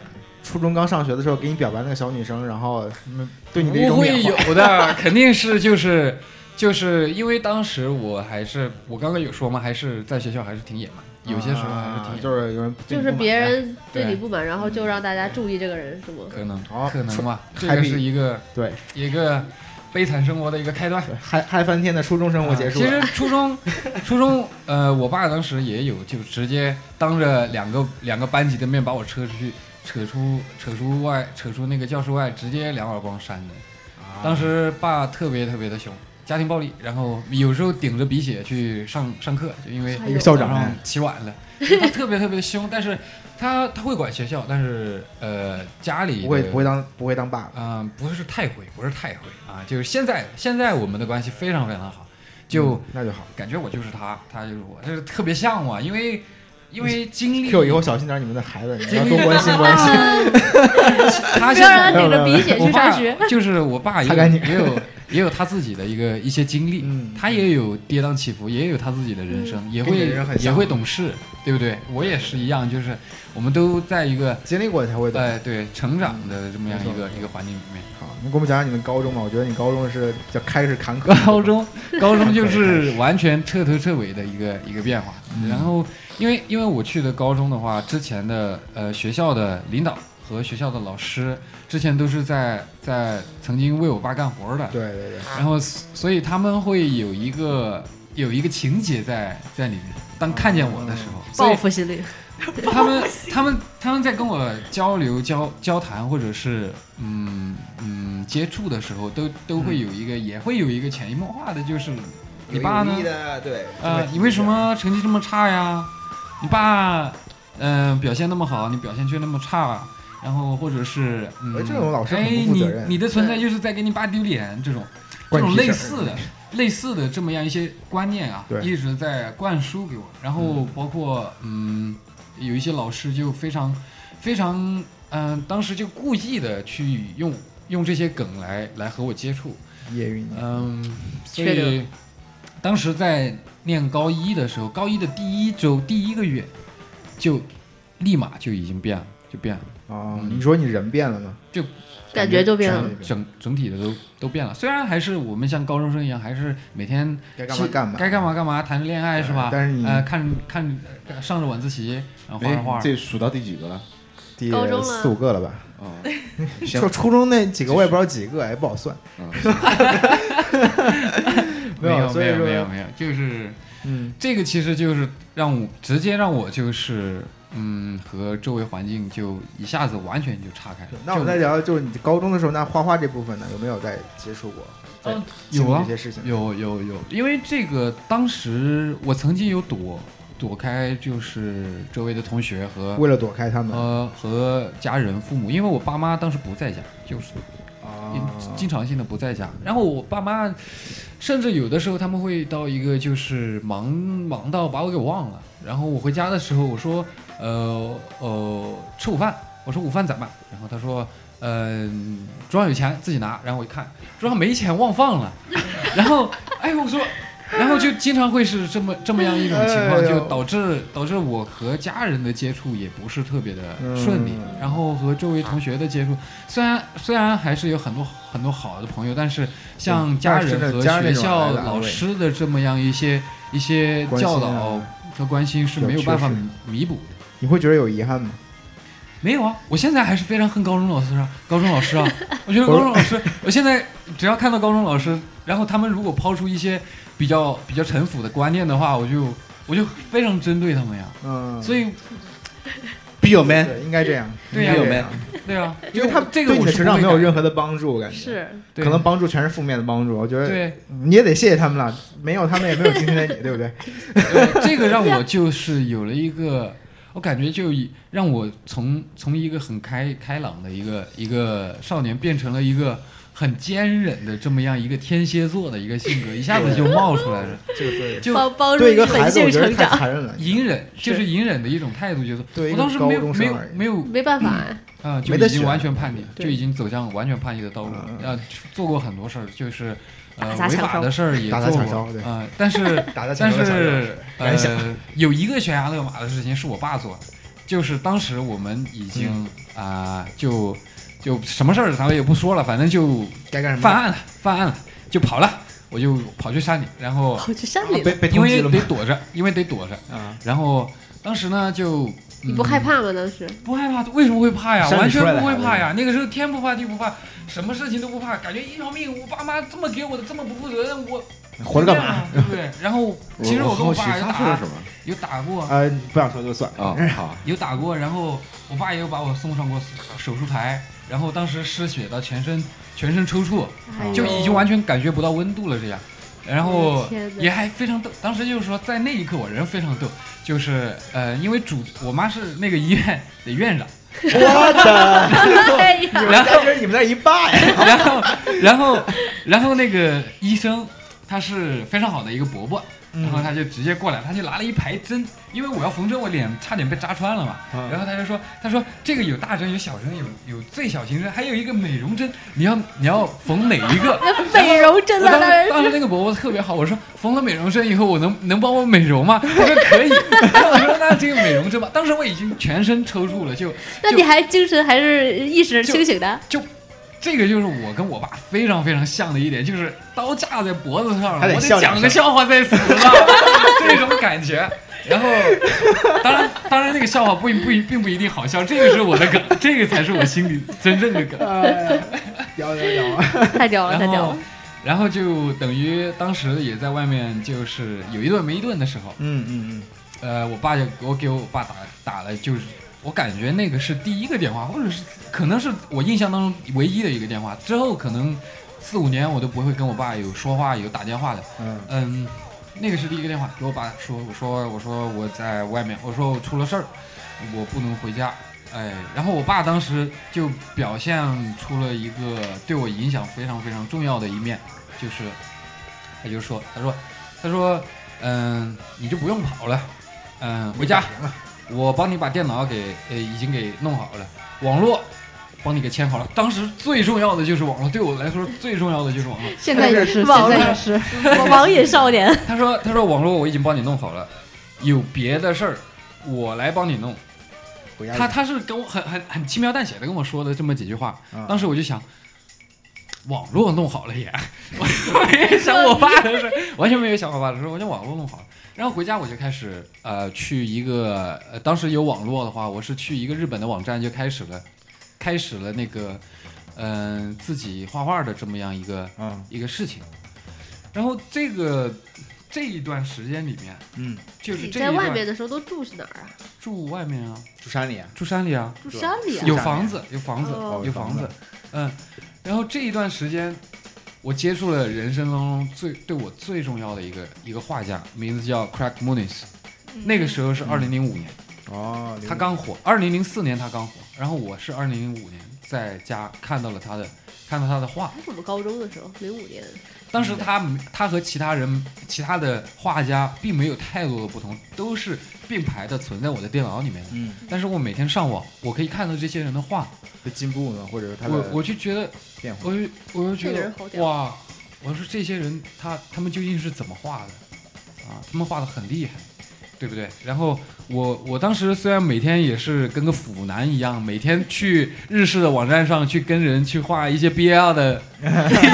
S2: 初中刚上学的时候给你表白那个小女生，然后嗯对你的一
S5: 不
S2: 种
S5: 会
S2: 缅怀？
S5: 有的，肯定是就是就是因为当时我还是我刚刚有说嘛，还是在学校还是挺野蛮，有些时候还是挺
S2: 啊
S5: 野蛮
S2: 就是有人对
S3: 就
S2: 你
S3: 是
S2: 不满啊
S3: 别
S2: 呀
S3: 人对
S5: 对
S3: 你不满，然后就让大家注意这个人，是吗？
S5: 可能
S2: 好
S5: 可能吧，这
S2: 还
S5: 个
S2: 比
S5: 是一个
S2: 对
S5: 一个悲惨生活的一个开端。
S2: 嗨嗨翻天的初中生活结束
S5: 啊其
S2: 了。
S5: 实 初中，初中，呃，我爸当时也有，就直接当着两个两个班级的面把我扯出去，扯出扯出外，扯出那个教室外，直接两耳光扇的。
S2: 啊
S5: 当时爸特别特别的凶，家庭暴力，然后有时候顶着鼻血去上上课，就因为
S3: 哎呦
S2: 校
S5: 早
S2: 长
S5: 上
S2: 哎
S5: 起晚 了，他特别特别凶，但是他他会管学校，但是呃家里
S2: 不会
S5: 的
S2: 不会当不会当爸爸，
S5: 嗯、不是太会，不是太会啊，就是现在现在我们的关系非常非常好，就。
S2: 嗯那就好。
S5: 感觉我就是他，他就是我，就是特别像我，因为因为经历
S2: Q 以后小心点你们的孩子，你要
S5: 经历
S2: 多 关心关心。
S3: 不要让
S5: 他现
S3: 他
S5: 在
S3: 顶着鼻血
S5: 我
S3: 去
S5: 爸
S3: 上学。
S5: 就是我爸也
S2: 擦干净
S5: 有也有也有他自己的一个一些经历，
S2: 嗯
S5: 他也有跌宕起伏，也有他自己的人生，也
S2: 跟你
S5: 会
S2: 的人很像
S5: 也会懂事，对不对？我也是一样，就是我们都在一个
S2: 经历过才会懂。
S5: 呃对成长的这么样
S2: 没错
S5: 一个一个环境里面。
S2: 好，你给我们讲讲你们高中吧。我觉得你高中是比较开始坎坷。
S5: 高中，高中就是完全彻头彻尾的一个一个变化。然后，因为因为我去的高中的话，之前的呃学校的领导和学校的老师，之前都是在在曾经为我爸干活的，
S2: 对对对，
S5: 然后所所以他们会有一个有一个情节在在里面。当看见我的时候，所以
S3: 报复心理，
S5: 他们他们他们在跟我交流交交谈，或者是嗯嗯接触的时候，都都会有一个、也会有一个潜移默化的，就是你爸呢
S2: 有意？的对。
S5: 呃，你为什？么
S2: 啊
S5: 成绩这么差呀？你爸嗯、呃表现那么好，你表现却那么差，然后或者是嗯
S2: 哎，这种老师很
S5: 哎
S2: 不负责任
S5: 你你的存在就是在给你爸丢脸这种。这
S2: 关你
S5: 种
S2: 屁事
S5: 类
S2: 儿
S5: 似的、类似的这么样一些观念啊，
S2: 对
S5: 一直在灌输给我。然后包括嗯，有一些老师就非常、非常嗯、当时就故意的去用用这些梗来来和我接触。
S2: 业余你
S5: 嗯，所
S3: 缺
S5: 以当时在念高一的时候，高一的第一周第一个月就立马就已经变了，就变了。
S2: 啊？你说你人变了吗？
S3: 感觉就变
S2: 嗯
S5: 整
S3: 了。
S5: 整整体的都都变了。虽然还是我们像高中生一样，还是每天
S2: 该干嘛
S5: 去
S2: 干嘛
S5: 该干嘛干嘛，谈着恋爱是吧？
S2: 但是你
S5: 呃，看看呃上着晚自习，然后画着画
S1: 哎，这数到第几个了？
S2: 第
S3: 高中了
S2: 四五个了吧？
S1: 啊，行
S2: 就初中那几个我也不知道几个，也哎不好算。
S1: 啊，
S5: 没有
S2: 所
S5: 没
S2: 以
S5: 有
S2: 说
S5: 没有没有，就是
S2: 嗯，
S5: 这个其实就是让我直接让我就是嗯和周围环境就一下子完全就岔开了。
S2: 那我们
S5: 就
S2: 再聊，就是你高中的时候，那画画这部分呢，有没有在接触过？在
S5: 嗯
S2: 经历
S5: 有啊
S2: 这些事情，
S5: 有有有，因为这个当时我曾经有躲躲开，就是周围的同学和哦
S2: 为了躲开他们，
S5: 呃和家人、父母，因为我爸妈当时不在家，就是
S2: 啊哦
S5: 经常性的不在家。然后我爸妈，甚至有的时候他们会到一个就是忙忙到把我给忘了。然后我回家的时候，我说，呃呃，吃午饭，我说午饭咋办？然后他说，嗯、桌上有钱自己拿。然后我一看，桌上没钱忘放了。然后，哎，我说。然后就经常会是这么这么样一种情
S2: 哎
S5: 况，
S2: 呦
S5: 就导致导致我和家人的接触也不是特别的顺利，
S2: 嗯
S5: 然后和周围同学的接触，虽然虽然还是有很多很多好的朋友，但是像家人和学校老师的这么样一些一些教导和关心是没有办法弥补的。
S2: 你会觉得有遗憾吗？
S5: 没有啊，我现在还是非常恨高中老师啊，高中老师啊，我觉得高中老师，我现在只要看到高中老师，然后他们如果抛出一些比较比较陈腐的观念的话，我就我就非常针对他们呀。
S2: 嗯，
S5: 所以，
S1: ，Be your man，
S2: 对应该这样，
S5: 对
S2: 应
S5: 呀
S2: 该这样，
S5: 对啊，
S2: 因为他
S5: 这个
S2: 对你
S5: 我
S2: 的
S5: 是
S2: 成长没有任
S5: 何，
S2: 何的帮助，我感觉
S4: 是
S5: 对
S2: 可能帮助全是负面的帮助。我觉得
S5: 对。
S2: 你也得谢谢他们了，没有他们也没有今天的你，对不对？
S5: 对这个让我就是有了一个，我感觉就以让我从从一个很开开朗的一个一个少年，变成了一个很坚韧的这么样一个天蝎座的一个性格，一下子就冒出来了。
S2: 这个 对，
S5: 就
S3: 帮帮助
S2: 对一
S3: 你
S2: 个孩
S3: 本
S2: 子，我
S3: 性
S2: 觉得
S3: 成
S2: 太
S3: 长，
S2: 残忍了。
S5: 隐忍就是隐忍的一种态度，就是
S2: 对一
S5: 我
S2: 个
S5: 当时没有
S2: 高中
S5: 没
S2: 生
S5: 有
S2: 而已
S5: 没有
S3: 没办法，
S5: 啊，就
S2: 没得
S5: 已经
S2: 选嗯
S5: 完全叛逆，
S3: 对
S5: 就已经走向完全叛逆的道路了。啊，做过很多事儿，就是呃
S3: 打砸
S5: 违
S3: 抢
S5: 法
S3: 烧
S5: 的事儿也
S2: 打砸
S5: 做过
S2: 抢烧对
S5: 啊，但是
S2: 打在墙
S5: 但
S2: 上的小人
S5: 是
S2: 敢 想
S5: 呃，有一个悬崖勒马的事情是我爸做的，就是当时我们已经
S2: 嗯
S5: 啊、就就什么事儿咱们也不说了，反正就
S2: 该干什
S5: 犯
S2: 么？
S5: 案了，犯案了就跑了，我就跑去山里，然后
S3: 跑去山里了，
S2: 啊被 被
S5: 因
S2: 通
S5: 为
S2: 缉了
S5: 得
S2: 吗？
S5: 躲着，因为得躲着，
S2: 啊，
S5: 然后当时呢就。
S3: 你不害
S5: 怕？
S3: 怕吗？当时
S5: 不害怕，为什么会怕呀？
S2: 山里
S5: 完全
S2: 出来的
S5: 不会
S2: 孩子
S5: 怕呀！那个时候天不怕地不怕，什么事情都不怕，感觉一条命，我爸妈这么给我的，这么不负责任，我
S2: 活着干嘛？？
S5: 对不对？然后其实我跟
S1: 好奇
S5: 爸有
S1: 他说了
S5: 打
S1: 什么
S5: 有打过，
S2: 呃，不想说就算了。
S1: 啊？好，
S5: 有打过，然后我爸也有把我送上过手术台，然后当时失血到全身全身抽搐，
S3: 哎呦
S5: 就已经完全感觉不到温度了这样，然后
S3: 天哪
S5: 也还非常逗。当时就是说在那一刻我人非常逗，就是呃因为主我妈是那个医院的院长，
S2: 我的，
S3: 哎呀，
S5: 然后
S2: 在这儿你们那儿一霸呀！
S5: 然后，然后，然后那个医生他是非常好的一个伯伯，然后他就直接过来，他就拿了一排针，因为我要缝针，我脸差点被扎穿了嘛。
S2: 嗯
S5: 然后他就说，他说这个有大针，有小针，有有最小型针，还有一个美容针，你要你要缝哪一个？
S3: 美容针
S5: 我
S3: 了，
S5: 当
S3: 当然
S5: 时当时那个伯伯特别好，我说缝了美容针以后，我能能帮我美容吗？他说可以。 我说那这个美容针吧，当时我已经全身抽搐了，就
S3: 那你还精神还是意识
S5: 就
S3: 清醒的？
S5: 这个就是我跟我爸非常非常像的一点，就是刀架在脖子上了，
S2: 还得
S5: 我得
S2: 笑
S5: 讲
S2: 两
S5: 个
S2: 声
S5: 笑话再死 吧，这种感觉。然后，当然，当然那个笑话不一不一并不一定好笑，这个是我的 梗，这个才是我心里真正的梗。
S2: 哦有有有，
S3: 太屌了，太
S5: 然
S3: 屌
S5: 后
S3: 了！，
S5: 然后就等于当时也在外面，就是有一顿没一顿的时候，
S2: 嗯嗯
S5: 呃，我爸就给我给我爸打打了，就是我感觉那个是第一个电话，或者是可能是我印象当中唯一的一个电话。之后可能四五年我都不会跟我爸有说话有打电话的。
S2: 嗯
S5: 嗯，那个是第一个电话，给我爸说，我说我说我在外面，我说我出了事儿，我不能回家。哎，然后我爸当时就表现出了一个对我影响非常非常重要的一面，就是他就说，他说，他说，嗯，你就不用跑了，嗯，回家，我帮你把电脑给呃已经给弄好了，网络帮你给签好了。当时最重要的就是网络，对我来说最重要的就是网络。
S4: 现在也是，现
S3: 网
S4: 在也是，
S3: 网瘾少年，
S5: 他说：“他说网络我已经帮你弄好了，有别的事儿我来帮你弄。
S2: 嗯，回家
S5: 他他是跟我很很很轻描淡写的跟我说的这么几句话，
S2: 嗯
S5: 当时我就想，网络弄好了也， 我没有想我爸的事儿，完全没有想我爸的事儿，我就网络弄好了。然后回家我就开始呃去一个呃当时有网络的话，我是去一个日本的网站就开始了，开始了那个嗯、自己画画的这么样一个
S2: 嗯
S5: 一个事情。然后这个这一段时间里面，
S2: 嗯，
S5: 就是
S3: 你
S5: 这
S3: 在
S5: 一
S3: 外
S5: 段
S3: 面的时候都住是哪儿啊？
S5: 住外面啊，
S2: 住山里啊，
S5: 住山里啊，
S3: 住山里啊？
S5: 有房子，有房子，
S3: 哦
S5: 有房子，嗯。然后这一段时间，我接触了人生当中最对我最重要的一个一个画家，名字叫 Craig Muniz。那
S3: 嗯
S5: 个时候是二零零五年，
S2: 哦，
S5: 嗯他刚火；二零零四年他刚火，然后我是二零零五年在家看到了他的看到他的画。
S3: 还是我们高中的时候，零五年，
S5: 当
S2: 嗯
S5: 时他他和其他人、其他的画家并没有太多的不同，都是并排的存在我的电脑里面的。
S2: 嗯，
S5: 但是我每天上网，我可以看到这些人的画，
S2: 的进步呢，或者是他
S5: 我
S2: 的
S5: 我就觉得，
S2: 变化
S5: 我就我就觉
S3: 这个人好
S5: 得
S3: 屌
S5: 哇，我说这些人他他们究竟是怎么画的啊？他们画的很厉害，对不对？然后我我当时虽然每天也是跟个腐男一样，每天去日式的网站上去跟人去画一些 BL 的一些题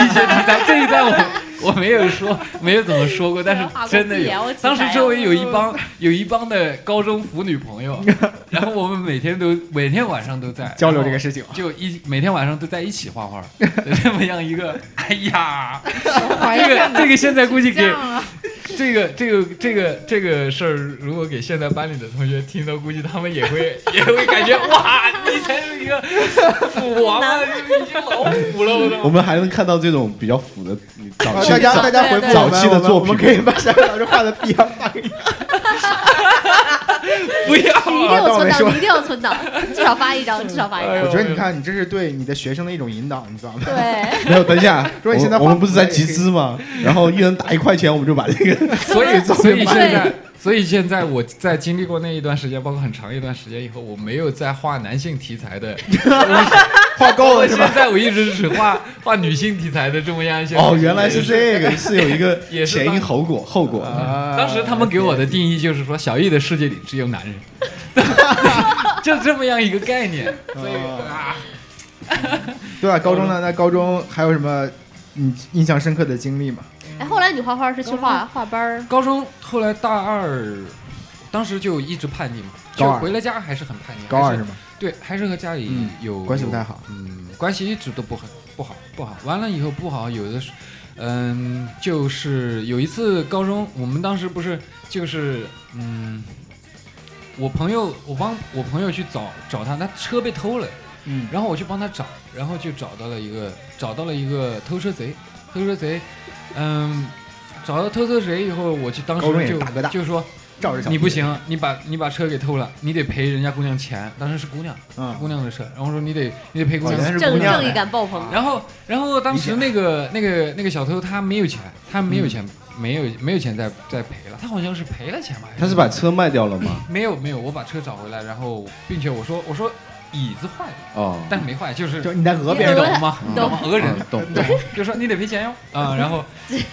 S5: 材，这一段我我没有说没有怎么说过，但是
S3: 啊
S5: 真的有。
S2: 啊
S5: 当时周围有一帮有一帮的高中腐女朋 友，然后我们每天都每天晚上都在
S2: 交流这个事情。
S5: 就一每天晚上都在一起画画，有 这么样一个，哎呀，
S4: 怀
S5: 这
S4: 念
S5: 个这个现在估计
S4: 哎这
S5: 给
S4: 样啊，
S5: 这个这个这个这个事儿，如果给现在班里的同学听到，估计他们也会 也会感觉哇，你才是一个腐王啊，已经老腐了，我
S1: 我
S5: 都。
S1: 们还能看到这种比较腐的你早
S2: 啊
S1: 期
S2: 大家
S1: 早
S2: 大家回复
S1: 早期的作品
S2: 我们我们可以把小野老师画的必要发给你。
S5: 不
S3: 你
S5: 要
S3: 哎
S5: 啊
S3: 一定
S5: 了
S3: 要
S2: 倒
S3: 存
S2: 没
S3: 档，
S2: 啊说
S3: 你一定要存档，至少发一张，至少发一
S2: 我
S5: 哎呦
S3: 张。
S2: 觉得你看，你这是对你的学生的一种引导，你知道吗？
S3: 对，
S1: 没有，等一下，
S2: 如果你现在
S1: 我我
S2: 画
S1: 们不是在集资吗？然后一人打一块钱，我们就把这 个
S5: 所以所以
S3: 对
S5: 现在。所以现在我在经历过那一段时间，包括很长一段时间以后，我没有再画男性题材的，
S2: 画够
S5: 我
S2: 了是
S5: 现
S2: 吧？
S5: 在我一直只画画女性题材的这么样一些。
S1: 哦，原来是这个，是有一个
S5: 也是
S1: 前因后果后果。
S2: 啊
S5: 当时他们给我的定义就是说，小易的世界里只有男人， 就这么样一个概念。所以啊，
S2: 对吧？高中呢？那高中还有什么你印象深刻的经历吗？
S3: 哎，后来你画画是去画画班儿，
S5: 高中后来大二，当时就一直叛逆嘛，
S2: 高
S5: 就
S2: 二
S5: 回了家还是很叛逆。
S2: 高二
S5: 还
S2: 是
S5: 是
S2: 吗？
S5: 对，还是和家里
S2: 嗯
S5: 有
S2: 关系不
S5: 有
S2: 太好
S5: 嗯，关系一直都不很不好，不好。完了以后不好，有的是，嗯，就是有一次高中，我们当时不是就是嗯，我朋友，我帮我朋友去找找他，他车被偷了。
S2: 嗯，
S5: 然后我去帮他找，然后就找到了一个找到了一个偷车贼，偷车贼，嗯，找到偷车贼以后，我就当
S2: 高中也
S5: 时
S2: 是
S5: 就
S2: 大哥大
S5: 就说
S2: 照着小
S5: 你不行，你把你把车给偷了，你得赔人家姑娘钱，当时是姑娘，
S2: 啊，
S5: 姑娘的车，然后我说你得你得赔姑
S2: 哦
S5: 娘
S2: 原来
S5: 钱，
S2: 是姑
S3: 正
S2: 娘啊
S3: 正义
S2: 的，
S3: 感爆棚。
S5: 然后然后当时那个那个那个小偷他没有钱，他没有钱，没有没有钱再再赔了，他好像是赔了钱吧？还
S1: 他是把车卖掉了吗？
S5: 没有没有，我把车找回来，然后并且我说我说椅子坏了，
S1: 哦，
S6: 嗯
S5: 但是没坏，就是
S2: 就你在讹别
S5: 你
S2: 人
S5: 懂吗？
S1: 嗯
S5: 你懂吗？讹人。
S1: 嗯懂
S5: 对，就说你得赔钱哟啊、然后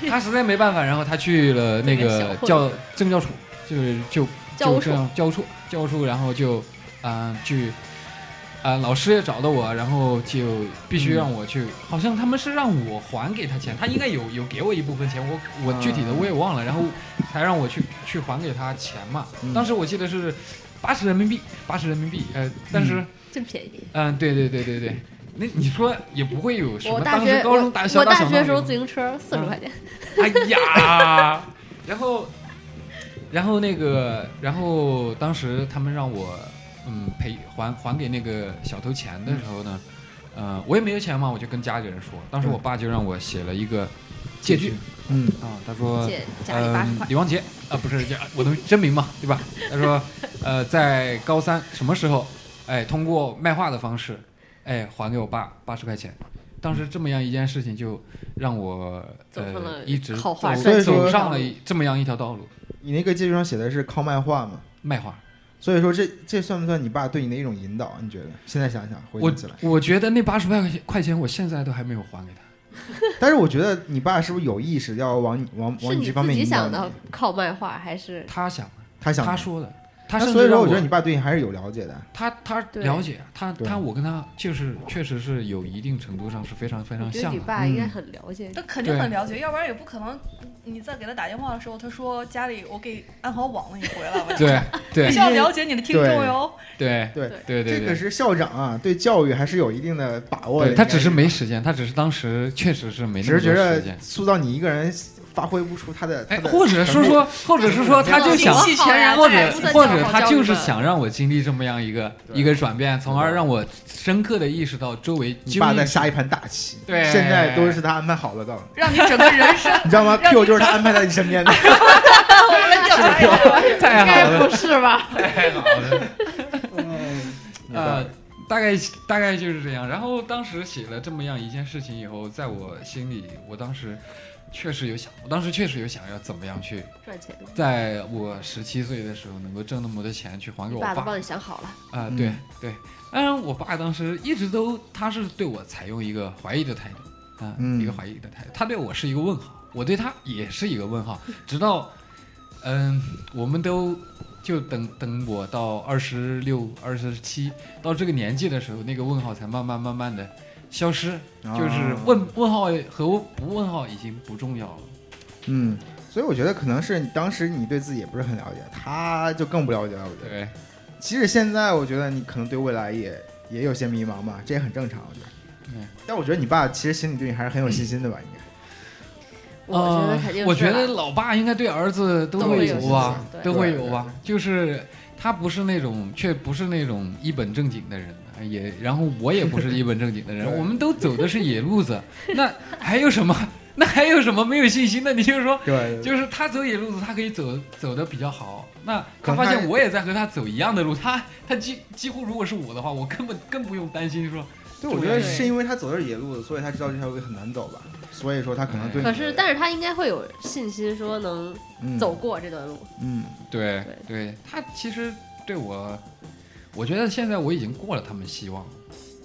S5: 他实在没办法，然后他去了那
S3: 这
S5: 个
S3: 个小混混
S5: 教政教处，就是就
S3: 教务
S5: 就
S3: 处
S5: 这样教务处教务处，然后就啊、去啊、老师也找到我，然后就必须让我去，好像他们是让我还给他钱，他应该有有给我一部分钱，我我具体的我也忘了，然后才让我去去还给他钱嘛。
S2: 嗯
S5: 当时我记得是八十人民币，八十人民币，呃，但是。
S3: 真便宜。
S5: 嗯，对对对对对，那你说也不会有什
S3: 我
S5: 么
S3: 大
S5: 当
S3: 学
S5: 时高中
S3: 我
S5: 大小
S3: 我
S5: 打
S3: 大
S5: 小
S3: 学
S5: 闹
S3: 时候
S5: 有
S3: 自行车四十
S5: 嗯
S3: 块钱，
S5: 哎呀， 然后，然后那个，然后当时他们让我嗯赔还还给那个小偷钱的时候呢，呃，我也没有钱嘛，我就跟家里人说，当时我爸就让我写了一个嗯借据
S2: 嗯，
S5: 啊，他说
S3: 借家里八十
S5: 嗯，
S3: 块。
S5: 李王杰啊、不是这我的真名嘛，对吧？他说，呃，在高三什么时候，哎，通过卖画的方式，哎，还给我爸八十块钱。当时这么样一件事情，就让我
S3: 走上了
S5: 呃一直
S3: 靠
S5: 走
S3: 画
S2: 赚钱
S5: 走
S2: 的
S5: 上
S3: 道
S5: 了
S3: 路
S5: 一这么样一条道路，
S2: 你那个借据上写的是靠卖画嘛？
S5: 卖画。
S2: 所以说这这算不算你爸对你的一种引导？啊你觉得？现在想想回
S5: 我
S2: 想起来，
S5: 我觉得那八十块钱块钱，我现在都还没有还给他。
S2: 但是我觉得你爸是不是有意识要往你往
S3: 是
S2: 往
S3: 你
S2: 这方
S3: 自
S2: 面
S3: 己
S2: 引导
S3: 想
S2: 你？
S3: 的哦靠漫画还是？
S5: 他想的，
S2: 他想的
S5: 他说的，他
S2: 那
S5: 甚
S2: 所
S5: 至
S2: 以说，
S5: 让
S2: 我
S5: 我
S2: 觉得你爸对你还是有了解的。
S5: 他他
S3: 对
S5: 了解啊他
S2: 对
S5: 他我跟他就是确实是有一定程度上是非常非
S3: 我
S5: 常
S3: 觉得
S5: 像嗯
S3: 你
S5: 的。
S3: 爸应该很了解你。
S7: 他肯定很了解，要不然也不可能。你在给他打电话的时候，他说家里我给安好网了，你回来吧。
S5: 对
S7: 必
S5: 对
S7: 须要了解你的听众哟。
S5: 对
S2: 对
S5: 对对对，
S2: 这个是校长啊，对教育还是有一定的把握的。
S5: 对他
S2: 应
S5: 只
S2: 该
S5: 是没时间，他只是当时确实是没
S2: 只
S5: 那么
S2: 是觉
S5: 多时
S2: 得
S5: 间。
S2: 塑造你一个人发挥不出他的，
S5: 哎，
S2: 他的
S5: 或者
S2: 程
S5: 说
S2: 度
S5: 说，或者是说，他就想，
S7: 信息全然
S5: 或
S7: 在
S5: 者
S3: 不在
S5: 或
S3: 教
S5: 者
S3: 好
S5: 他
S3: 教
S5: 就
S3: 育
S5: 是
S3: 吧
S5: 想让我经历这么样一个一个转变，从而让我深刻的意识到周围
S2: 你爸
S5: 究
S2: 在
S5: 竟
S2: 下一盘大棋，
S5: 对
S2: 现在都是他安排好了 的，
S7: 让你整个 人生，
S2: 你知道吗
S7: 让你
S2: ？Q 就是他安排在你身边的，
S5: 太好了，
S4: 不是吧？
S2: 嗯
S5: 太好了。呃，大概大概就是这样。然后当时写了这么样一件事情以后，在我心里，我当时确实有想，我当时确实有想要怎么样去，
S3: 赚钱，
S5: 在我十七岁的时候能够挣那么多钱去还给
S3: 你
S5: 我
S3: 爸
S5: 爸
S3: 都帮你想好了，
S5: 啊、
S2: 嗯
S5: 对对，当然我爸当时一直都他是对我采用一个怀疑的态度啊、
S2: 嗯
S5: 一个怀疑的态度，他对我是一个问号，我对他也是一个问号，直到嗯，我们都就等等我到二十六、二十七到这个年纪的时候，那个问号才慢慢慢慢的消失，就是
S2: 啊
S5: 问问号和不问号已经不重要了。
S2: 嗯，所以我觉得可能是你当时你对自己也不是很了解，他就更不了解了。我觉得，
S5: 对，
S2: 即使现在，我觉得你可能对未来也也有些迷茫吧，这也很正常。我觉得
S5: 嗯，
S2: 但我觉得你爸其实心里对你还是很有信心的吧，应该。
S3: 我觉得肯定是吧、
S5: 呃我觉得老爸应该对儿子都
S3: 都会
S5: 会
S3: 有
S5: 有吧
S3: 信，心
S2: 对
S5: 都会有吧。就是他不是那种，却不是那种一本正经的人，哎也然后我也不是一本正经的 人，
S2: 对
S5: 我们都走的是野路子，那还有什么？那还有什么没有信心的？你就是说，
S2: 对，
S5: 嗯就是他走野路子，他可以走走的比较好。那
S2: 可能
S5: 他发
S2: 他
S5: 现我也在和他走一样的路，他他几几乎如果是我的话，我根本更不用担心说
S2: 对，我觉得是因为他走的是野路子，所以他知道这条路很难走吧，所以说他可能对你。
S3: 可是，但是他应该会有信心说能
S2: 嗯
S3: 走，过这段路。
S2: 嗯，
S5: 对
S3: 对
S5: 对，他其实对我，我觉得现在我已经过了他们希望，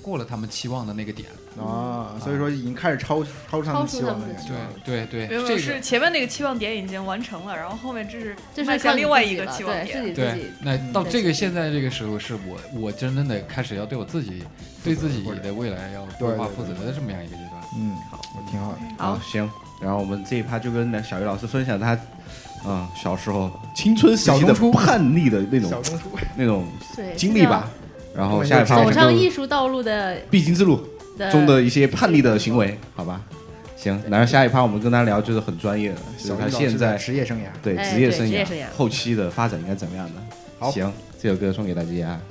S5: 过了他们期望的那个点了。
S2: 啊，所以说已经开始超超出他们期望的感觉了。
S5: 对对
S7: 没
S5: 对，
S7: 有，没有
S5: 这
S7: 是
S5: 个
S7: 前面那个期望点已经完成了，然后后面这是
S3: 这
S7: 迈
S3: 是靠
S7: 向
S3: 你
S7: 另外
S3: 自
S7: 一
S3: 己
S7: 个
S3: 了
S7: 期望
S3: 对，是你
S7: 点。
S3: 自己
S5: 对。那到
S3: 嗯
S5: 这个现在这个时候，是我我真正的开始要对我自己对自己的未来要规划负责的这么样一个阶段。
S2: 嗯，我挺好的。
S3: 好
S6: 啊，行，然后我们这一趴就跟那小鱼老师分享他，啊、小时候青春时期
S2: 小
S6: 的
S2: 东出
S6: 叛逆的那
S2: 小啊
S6: 种
S2: 中书，
S6: 那种
S3: 对
S6: 经历吧。然后下一趴
S3: 这
S6: 我
S3: 叫走
S6: 们
S3: 上艺
S6: 就
S3: 术道路的
S6: 必经之路
S3: 的
S6: 中的一些叛逆的行为，好吧？行，然后下一趴我们跟他聊就是很专业的，就是
S2: 小
S6: 他
S2: 中
S6: 现在
S2: 职业生涯，
S6: 对
S3: 哎
S6: 职业
S3: 对
S6: 生
S3: 职业
S6: 涯
S3: 生涯
S6: 后期的发展应该怎么样的？
S2: 好
S6: 行，这首歌送给大家。啊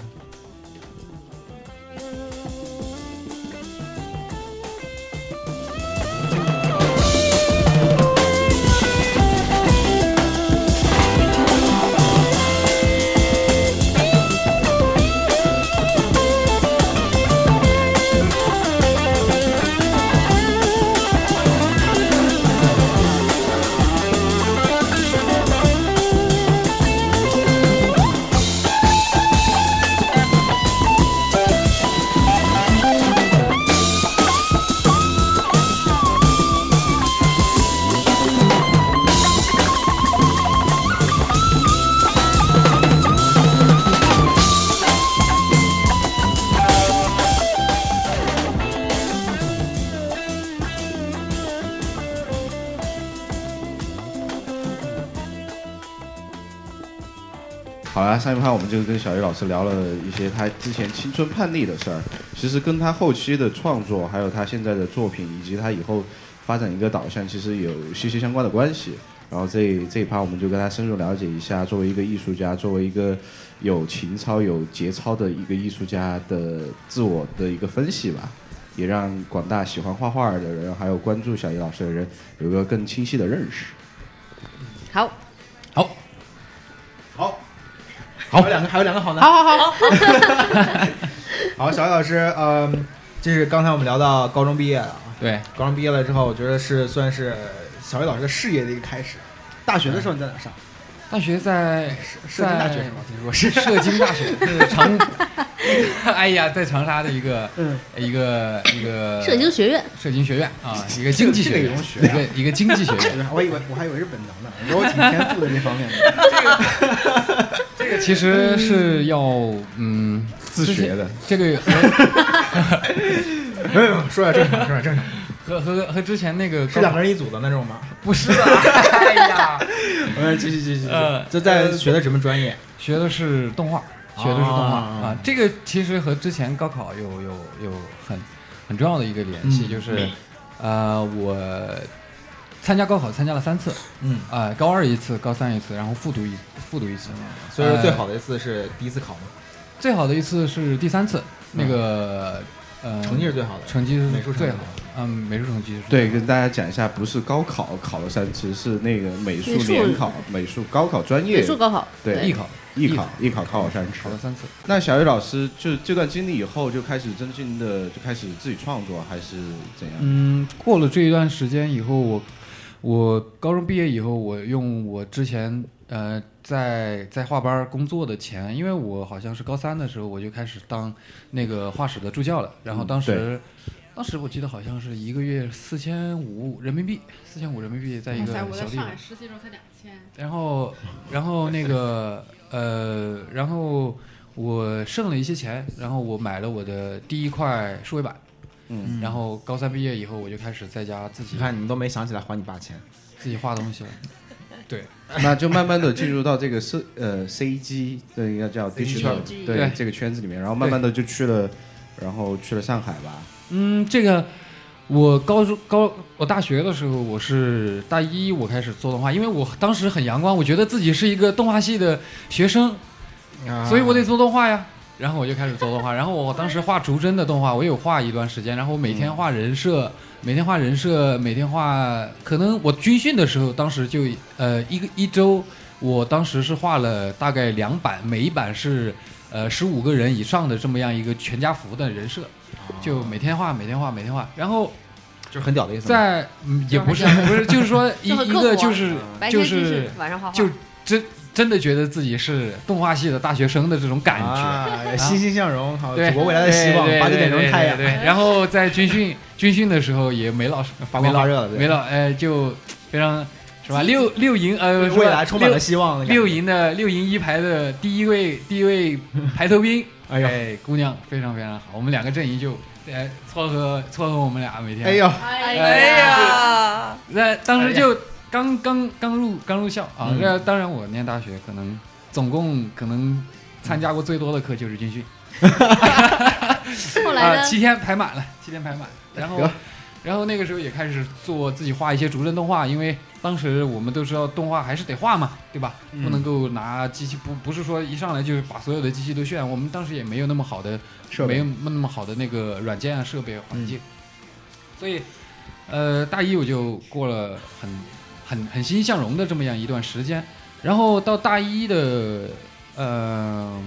S6: 好啦，上一趴我们就跟小鱼老师聊了一些他之前青春叛逆的事儿，其实跟他后期的创作，还有他现在的作品，以及他以后发展一个导向，其实有息息相关的关系。然后这这一趴我们就跟他深入了解一下，作为一个艺术家，作为一个有情操、有节操的一个艺术家的自我的一个分析吧，也让广大喜欢画画的人，还有关注小鱼老师的人，有一个更清晰的认识。
S3: 好，
S5: 好，
S2: 好，还有两个，还有两个好呢。
S4: 好好好，
S2: 好，小艾老师，嗯，这是刚才我们聊到高中毕业了啊，
S5: 对，
S2: 高中毕业了之后，我觉得是算是小艾老师的事业的一个开始。大学的时候你在哪上？
S5: 大学在
S2: 是社经大
S5: 在
S2: 学是吗？听说 是。
S5: 社经大学，就是长，哎呀，在长沙的一个
S2: 嗯，
S5: 一个一个
S3: 摄影学院
S5: 社经学院啊，一个经济学
S2: 这个也
S5: 院
S2: 能，学
S5: 一
S2: 啊
S5: 个一个经济学院。
S2: 我以为我还以为是本能呢，我觉得我挺天赋的这方面的。
S5: 这个其实是要嗯
S6: 自学的，
S5: 这个和
S2: 没有没有，说点正常，说点正 常，
S5: 和和和之前那个
S2: 是两个人一组的那种 吗？
S5: 不是的，哎呀，
S2: 嗯，继续继续继续
S5: 呃
S2: 就在学的什么专业？
S5: 学的是动画，学的是动画
S2: 啊
S5: 啊。这个其实和之前高考有有有很很重要的一个联系，
S2: 嗯
S5: 就是呃，我参加高考参加了三次，
S2: 嗯，
S5: 啊，高二一次，高三一次，然后复读一复读一次。呃
S2: 所以说最好的一次是第一次考嘛，
S5: 最好的一次是第三次，那个呃，
S2: 嗯
S5: 呃
S2: 成绩是最好的，
S5: 成绩是
S2: 美术成绩
S5: 最好的。嗯，美术成绩是
S6: 对，跟大家讲一下，不是高考考了三次，是那个美术
S3: 美术
S6: 联考、美术高考专业
S3: 美术高考，
S6: 对
S5: 艺考
S6: 艺考，艺考考了三次
S5: 考。了三次。
S6: 那小雨老师就这段经历以后，就开始真正的就开始自己创作，还是怎样？
S5: 嗯，过了这一段时间以后，我我高中毕业以后，我用我之前呃在在画班儿工作的钱，因为我好像是高三的时候我就开始当那个画室的助教了，然后当时、当时我记得好像是一个月四千五人民币，四千五人民币在一个
S4: 塞，我在
S5: 小地
S4: 上
S5: 方
S4: 海，实习时候才两千，
S5: 然后然后那个 呃，然后我剩了一些钱，然后我买了我的第一块数位板。
S6: 嗯，
S5: 然后高三毕业以后，我就开始在家自己
S8: 你看你们都没想起来还你爸钱，
S5: 自己画东西了。
S6: 那就慢慢的进入到这个 C 呃 CG 这应该叫 digital 对
S5: 对
S6: 这个圈子里面，然后慢慢的就去了，然后去了上海吧。
S5: 嗯，这个我高中高我大学的时候，我是大一我开始做动画，因为我当时很阳光，我觉得自己是一个动画系的学生，所以我得
S2: 啊
S5: 做动画呀。啊然后我就开始做动画，然后我当时画逐帧的动画，我有画一段时间，然后我每天画人设，每天画人设，每天画，可能我军训的时候，当时就呃一个一周，我当时是画了大概两版，每一版是呃十五个人以上的这么样一个全家福的人设，就每天画，每天画，每天画，然后
S8: 就是很屌的意思吗。
S5: 在嗯也不是不是，就是 说一
S3: 就很
S5: 一
S3: 刻
S5: 个
S3: 薄
S5: 就是
S3: 白天军
S5: 呃就是
S3: 训，晚上画画，
S5: 就真真的觉得自己是动画系的大学生的这种感觉，
S8: 啊，欣欣向荣，好，
S5: 对
S8: 祖国未来的呃希望
S5: 对，对
S8: 八九点钟
S5: 对
S8: 太阳，
S5: 对，对对然后在军训军训的时候也没老
S8: 发
S5: 没
S8: 光发
S5: 老
S8: 热的，对
S5: 没老哎就非常是吧六六营呃是吧
S8: 嗯未来充满了
S5: 六
S8: 希望的感觉
S5: 六营的六营一排的第一位第一位排头兵，
S8: 哎呦
S5: 哎姑娘非常非常好，我们两个阵营就哎撮合撮合我们俩每天
S8: 哎呦，哎
S3: 哎
S7: 哎呀，
S5: 那当时就刚刚刚入刚入校啊
S8: 嗯，
S5: 那、当然我念大学可能总共可能参加过最多的课就是军训
S3: 后
S5: 啊、
S3: 来呢？
S5: 七天排满了，七天排满，然后
S8: 得。
S5: 然后那个时候也开始做自己画一些逐帧动画，因为当时我们都知道动画还是得画嘛，对吧？
S8: 嗯
S5: 不能够拿机器，不不是说一上来就把所有的机器都渲染，我们当时也没有那么好的
S8: 设备嗯
S5: 没有那么好的那个软件啊、设备、环境，所以，呃，大一我就过了很很很欣欣向荣的这么样一段时间，然后到大一的，呃，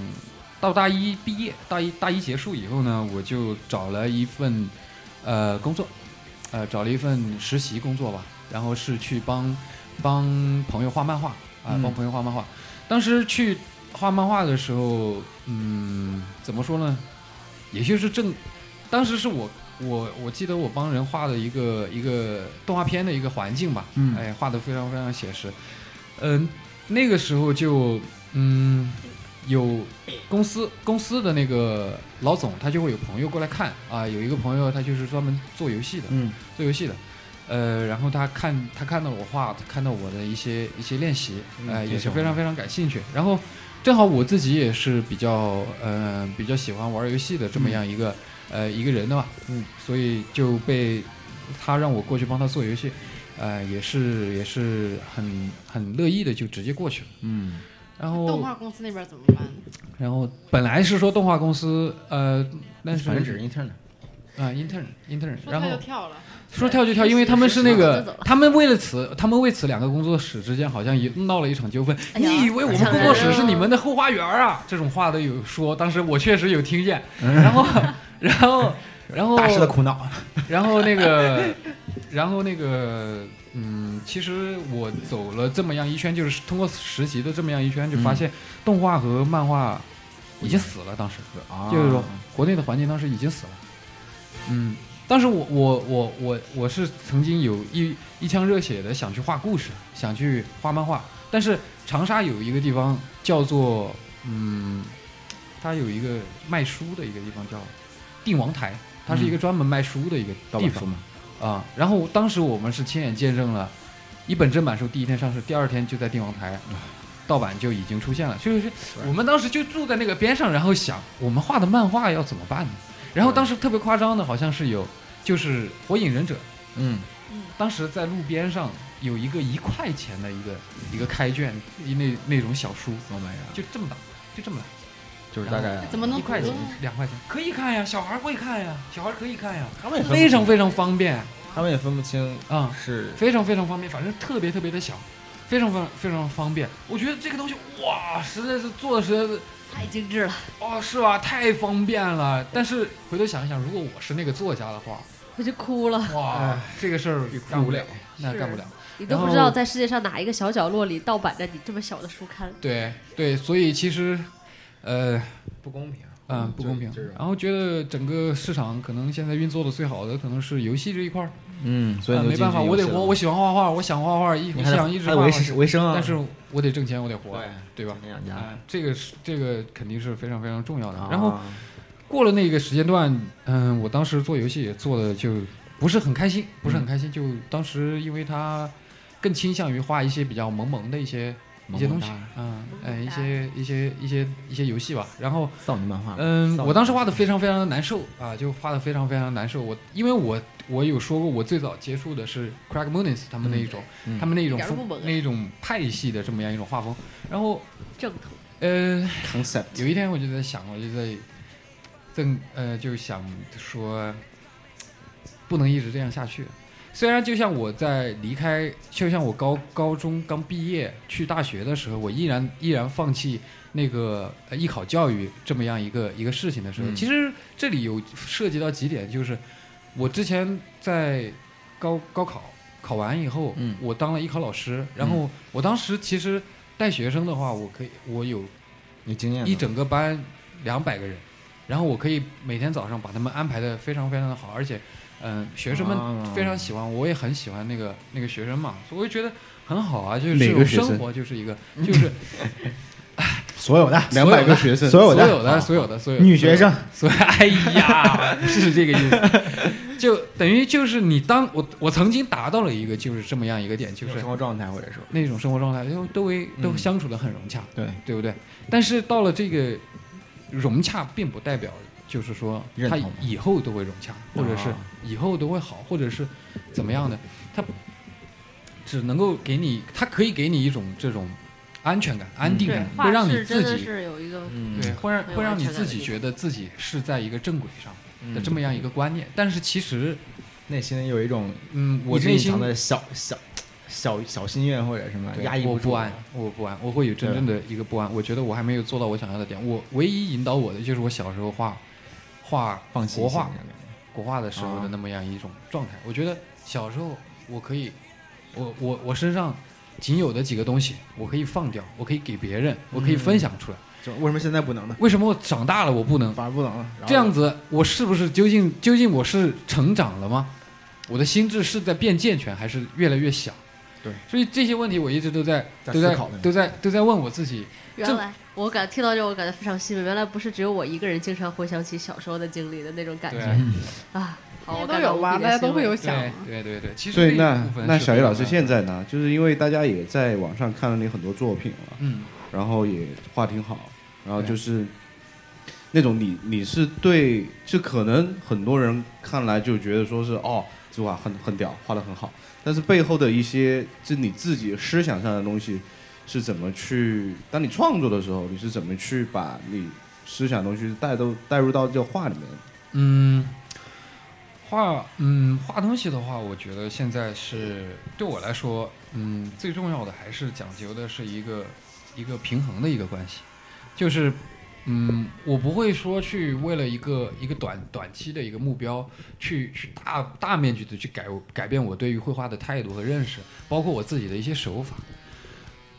S5: 到大一毕业，大一大一结束以后呢，我就找了一份呃工作，呃，找了一份实习工作吧，然后是去帮帮朋友画漫画啊、帮朋友画漫画。当时去画漫画的时候，嗯，怎么说呢？也就是正，当时是我我我记得我帮人画的一个一个动画片的一个环境吧，
S8: 嗯
S5: 哎，画的非常非常写实。嗯、那个时候就嗯，有公司公司的那个老总，他就会有朋友过来看啊，有一个朋友他就是专门做游戏的，
S8: 嗯，
S5: 做游戏的。呃，然后他看他看到我画，他看到我的一些一些练习，呃，
S8: 嗯
S5: 也
S8: 挺
S5: 是
S8: 喜欢
S5: 非常非常感兴趣。然后正好我自己也是比较呃比较喜欢玩游戏的这么样一个、呃一个人的嘛，
S8: 嗯，
S5: 所以就被他让我过去帮他做游戏，呃，也是也是很很乐意的就直接过去了。
S8: 嗯，
S5: 然后
S4: 动画公司那边怎么办？
S5: 然后本来是说动画公司，呃，但是
S8: 反正只是 intern 的
S5: 啊、intern intern，
S4: 说
S5: 然
S4: 跳就
S5: 后
S4: 跳了，
S5: 说跳就跳，因为他们是那
S3: 就走
S5: 个
S3: 了，
S5: 他们为了此，他们为此两个工作室之间好像也闹了一场纠纷。
S3: 哎呀
S5: 你以为我们工作室是你们的后花园啊？这种话都有说，当时我确实有听见。然后，然后，然后，
S8: 大师的苦恼，
S5: 然后那个，然后那个，嗯，其实我走了这么样一圈，就是通过实习的这么样一圈，就发现动画和漫画已经死了。当时
S8: 啊
S5: 就是说国内的环境当时已经死了。嗯，当时我我我我我是曾经有一一腔热血的想去画故事，想去画漫画，但是长沙有一个地方叫做嗯，它有一个卖书的一个地方叫定王台，它是一个专门卖书的一个
S8: 盗
S5: 地
S8: 版书
S5: 方
S8: 嘛，
S5: 啊、然后当时我们是亲眼见证了一本正版书第一天上市，第二天就在定王台。盗版就已经出现了，就是我们当时就住在那个边上，然后想我们画的漫画要怎么办呢？然后当时特别夸张的，好像是有就是《火影忍者》，
S8: 嗯，
S5: 当时在路边上有一个一块钱的一个一个开卷一那那种小书，
S8: Oh my god，
S5: 就这么大，就这么大。
S9: 就是大概
S4: 怎么能
S5: 一块
S4: 糊
S5: 钱
S4: 呢？
S5: 两块钱可以看呀，小孩会看呀，小孩可以看呀，
S2: 他们也分不
S5: 非常
S2: 清
S5: 非常方便
S2: 他们也分不清
S5: 啊、
S2: 是
S5: 非常非常方便，反正特别特别的小，非常非常非常方便。我觉得这个东西哇，实在是做的实在是
S3: 太精致了。
S5: 哦，是吧？太方便了。但是回头想一想，如果我是那个作家的话，
S3: 我就哭了，
S5: 哇，这个事儿干不了，那
S3: 是
S5: 干不了。
S3: 你都不知道在世界上哪一个小角落里盗版着你这么小的书刊。
S5: 对对，所以其实，呃，
S2: 不公平。啊
S5: 嗯，不公平
S2: 就是这。种
S5: 然后觉得整个市场可能现在运作的最好的可能是游戏这一块儿，
S2: 嗯，所以
S5: 啊
S2: 你就
S5: 没办法，
S2: 进去
S5: 我得
S2: 游戏
S5: 活，
S2: 了
S5: 我喜欢画画，我想画画，一
S2: 你
S5: 我
S2: 还得
S5: 想一直
S2: 还
S5: 画
S2: 得
S5: 画
S2: 维，持维生啊。
S5: 但是我得挣钱，我得活，对吧？
S2: 那样
S5: 啊、
S2: 家。
S5: 这个是这个肯定是非常非常重要的。
S2: 啊
S5: 然后过了那个时间段，嗯，我当时做游戏也做的就不是很开心，不
S2: 嗯
S5: 是很开心。就当时因为它更倾向于画一些比较萌萌的一些一些东西，嗯，哎，一些一些一些一些游戏吧。然后，
S2: 少女漫画，
S5: 嗯，
S2: 扫
S5: 我当时画的非常非常的难受啊，就画的非常非常难受。我因为我我有说过，我最早接触的是 Craig m o n i s 他们那一种，
S2: 嗯嗯
S5: 他们那一种
S3: 一点都不
S5: 风
S3: 萌啊
S5: 那一种派系的这么样一种画风。然后，
S3: 正统，
S5: 呃，
S2: concept
S5: 有一天我就在想，我就在正呃就想说，不能一直这样下去。虽然就像我在离开，就像我高高中刚毕业去大学的时候，我依然依然放弃那个呃艺考教育这么样一个一个事情的时候，
S2: 嗯
S5: 其实这里有涉及到几点，就是我之前在高高考考完以后，
S2: 嗯
S5: 我当了艺考老师，然后我当时其实带学生的话，我可以我有
S2: 有经验的
S5: 一整个班两百个人，然后我可以每天早上把他们安排的非常非常的好，而且，嗯、学生
S2: 啊
S5: 们非常喜欢，我也很喜欢那个那个学生嘛，所以我就觉得很好啊，就是
S10: 哪
S5: 这
S10: 个
S5: 种
S10: 学生
S5: 生活就是一个就是
S9: 所有的
S10: 两百个学生，
S9: 所有的
S5: 所有的所有的所有的
S9: 女学生，
S5: 所以哎呀，是这个意思， 就等于就是你当我我曾经达到了一个就是这么样一个点，就
S2: 就是是生活状态，或者说
S5: 那种生活状态，都都为都
S2: 嗯
S5: 相处的很融洽，
S2: 对
S5: 对不对？但是到了这个融洽，并不代表就是说
S2: 认
S5: 他
S2: 同啊
S5: 以后都会融洽，或者是以后都会好，或者是怎么样的，他只能够给你，他可以给你一种这种安全感、安定
S3: 对
S5: 感，，
S3: 画
S5: 会让你
S3: 室真
S5: 自
S3: 的
S5: 己
S3: 是有一个
S2: 嗯
S5: 对，会让
S3: 没有
S5: 会让
S3: 安
S5: 你
S3: 全感
S5: 自
S3: 的
S5: 己
S3: 地
S5: 觉得自己是在一个正轨上的
S2: 嗯
S5: 这么样一个观念，但是其实，
S2: 内心有一种
S5: 嗯，我
S2: 一直
S5: 内
S2: 隐
S5: 心
S2: 藏的小小小小心愿或者什么
S5: 对
S2: 压抑
S5: 我
S2: 住
S5: 不安，我不安，我会有真正的一个不安。我觉得我还没有做到我想要的点。我唯一引导我的就是我小时候画画
S2: 放弃啊
S5: 国画
S2: 心里的感
S5: 国画的时候的那么样一种状态。我觉得小时候我可以，我我我身上仅有的几个东西，我可以放掉，我可以给别人，我
S2: 嗯
S5: 可以分享出
S2: 觉
S5: 来。
S2: 就为什么现在不能呢？
S5: 为什么我长大了我不能
S2: 反而不能了，
S5: 这样子？我是不是究竟究竟我是成长了吗？我的心智是在变健全，还是越来越小？
S2: 对，
S5: 所以这些问题我一直都在
S2: 在
S5: 都
S2: 思
S5: 在
S2: 考的
S5: 都在都在问我自己。
S3: 原来我感听到这，我感到非常欣慰。原来不是只有我一个人经常回想起小时候的经历的那种感
S5: 对
S3: 觉啊！好，我
S4: 大家
S3: 感到
S4: 都有
S3: 无
S4: 吧，
S3: 比的
S4: 大家都
S3: 欣
S4: 会
S3: 慰
S4: 有想。
S5: 对对对，其实
S6: 对，
S5: 这一
S6: 那
S5: 部分
S6: 那
S5: 是
S6: 小叶
S5: 非
S6: 老
S5: 常
S6: 师现在呢，就是因为大家也在网上看了你很多作品了，
S5: 嗯，
S6: 然后也画挺好，然后
S5: 对
S6: 就是那种你你是对，就可能很多人看来就觉得说是哦，这画很很屌，画的很好，但是背后的一些就你自己思想上的东西是怎么去，当你创作的时候，你是怎么去把你思想的东西带到带入到这画里面？
S5: 嗯，画嗯画东西的话，我觉得现在是对我来说，嗯，最重要的还是讲究的是一个一个平衡的一个关系，就是嗯，我不会说去为了一个一个短短期的一个目标，去去大大面积的去改我改变我对于绘画的态度和认识，包括我自己的一些手法。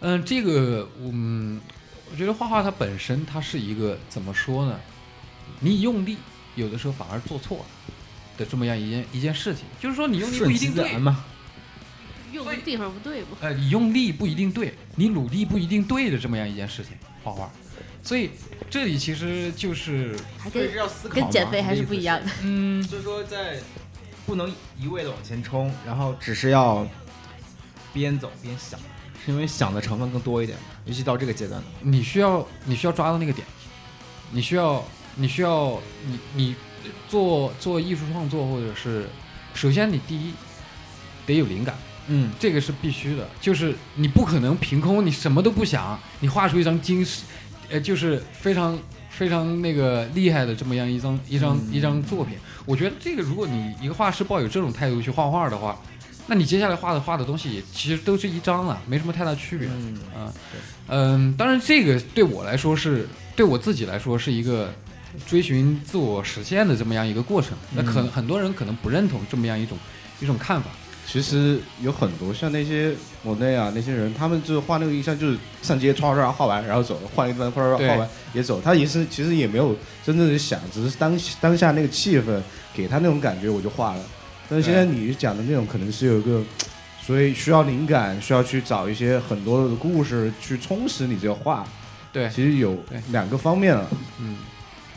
S5: 嗯，这个嗯，我觉得画画它本身它是一个怎么说呢？你用力，有的时候反而做错了的这么样一件一件事情，就是说你用力不
S2: 顺
S5: 一
S2: 其
S5: 定
S2: 自
S5: 对
S2: 然，嘛。
S3: 用的地方不对嘛，
S5: 呃，你用力不一定对，你努力不一定对的这么样一件事情，画画。所以这里其实就是，
S3: 还
S2: 所以
S3: 跟
S2: 是要思考嘛
S3: 跟减肥还是不一样。的。
S5: 嗯，
S2: 就是说，在不能一味的往前冲，然后只是要边走边想，是因为想的成分更多一点嘛，尤其到这个阶段的话，
S5: 你需要你需要抓到那个点，你需要你需要你你做做艺术创作或者是，首先你第一得有灵感，
S2: 嗯，
S5: 这个是必须的，就是你不可能凭空，你什么都不想，你画出一张惊世，呃，就是非常非常那个厉害的这么样一张一张、一张作品。我觉得这个，如果你一个画师抱有这种态度去画画的话，那你接下来画的画的东西也其实都是一张了，没什么太大区别。
S2: 嗯
S5: 啊，嗯，当然这个对我来说是对我自己来说是一个嗯追寻自我实现的这么样一个过程。那可能很多人可能不认同这么样一种一种看法。
S6: 其实有很多像那些莫内啊那些人，他们就是画那个印象，就是上街唰唰画完，然后走，换一段唰唰
S5: 对
S6: 唰画完也走。他也是其实也没有真正的想，只是当当下那个气氛给他那种感觉，我就画了。但是现在你讲的那种，可能是有一个，所以需要灵感，需要去找一些很多的故事去充实你这个画。
S5: 对
S6: 其实有
S5: 对
S6: 两个方面了。
S5: 嗯，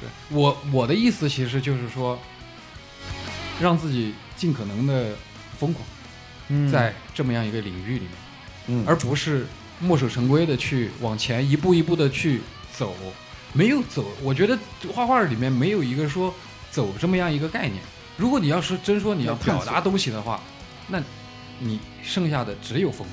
S5: 对我我的意思其实就是说，让自己尽可能的疯狂，
S2: 嗯
S5: 在这么样一个领域里面，
S6: 嗯
S5: 而不是墨守成规的去往前一步一步的去走，没有走，我觉得画画里面没有一个说走这么样一个概念。如果你要是真说你要表达东西的话，那你剩下的只有疯狂。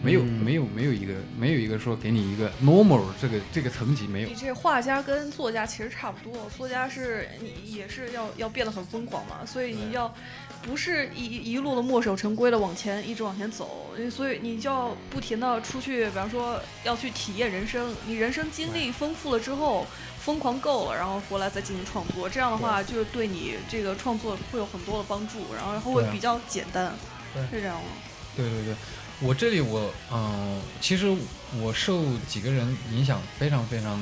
S5: 没有，没有，没有一个，没有一个说给你一个 normal 这个这个层级没有
S7: 你，这画家跟作家其实差不多，作家是你也是要要变得很疯狂嘛，所以你要不是一一路的墨守成规的往前一直往前走，所以你就要不停的出去，比方说要去体验人生，你人生经历丰富了之后，疯狂够了，然后回来再进行创作，这样的话就对你这个创作会有很多的帮助，然后然后会
S5: 对啊
S7: 比较简单，
S5: 对
S7: 是这样吗？
S5: 对对对，我这里我嗯、呃其实我受几个人影响非常非常，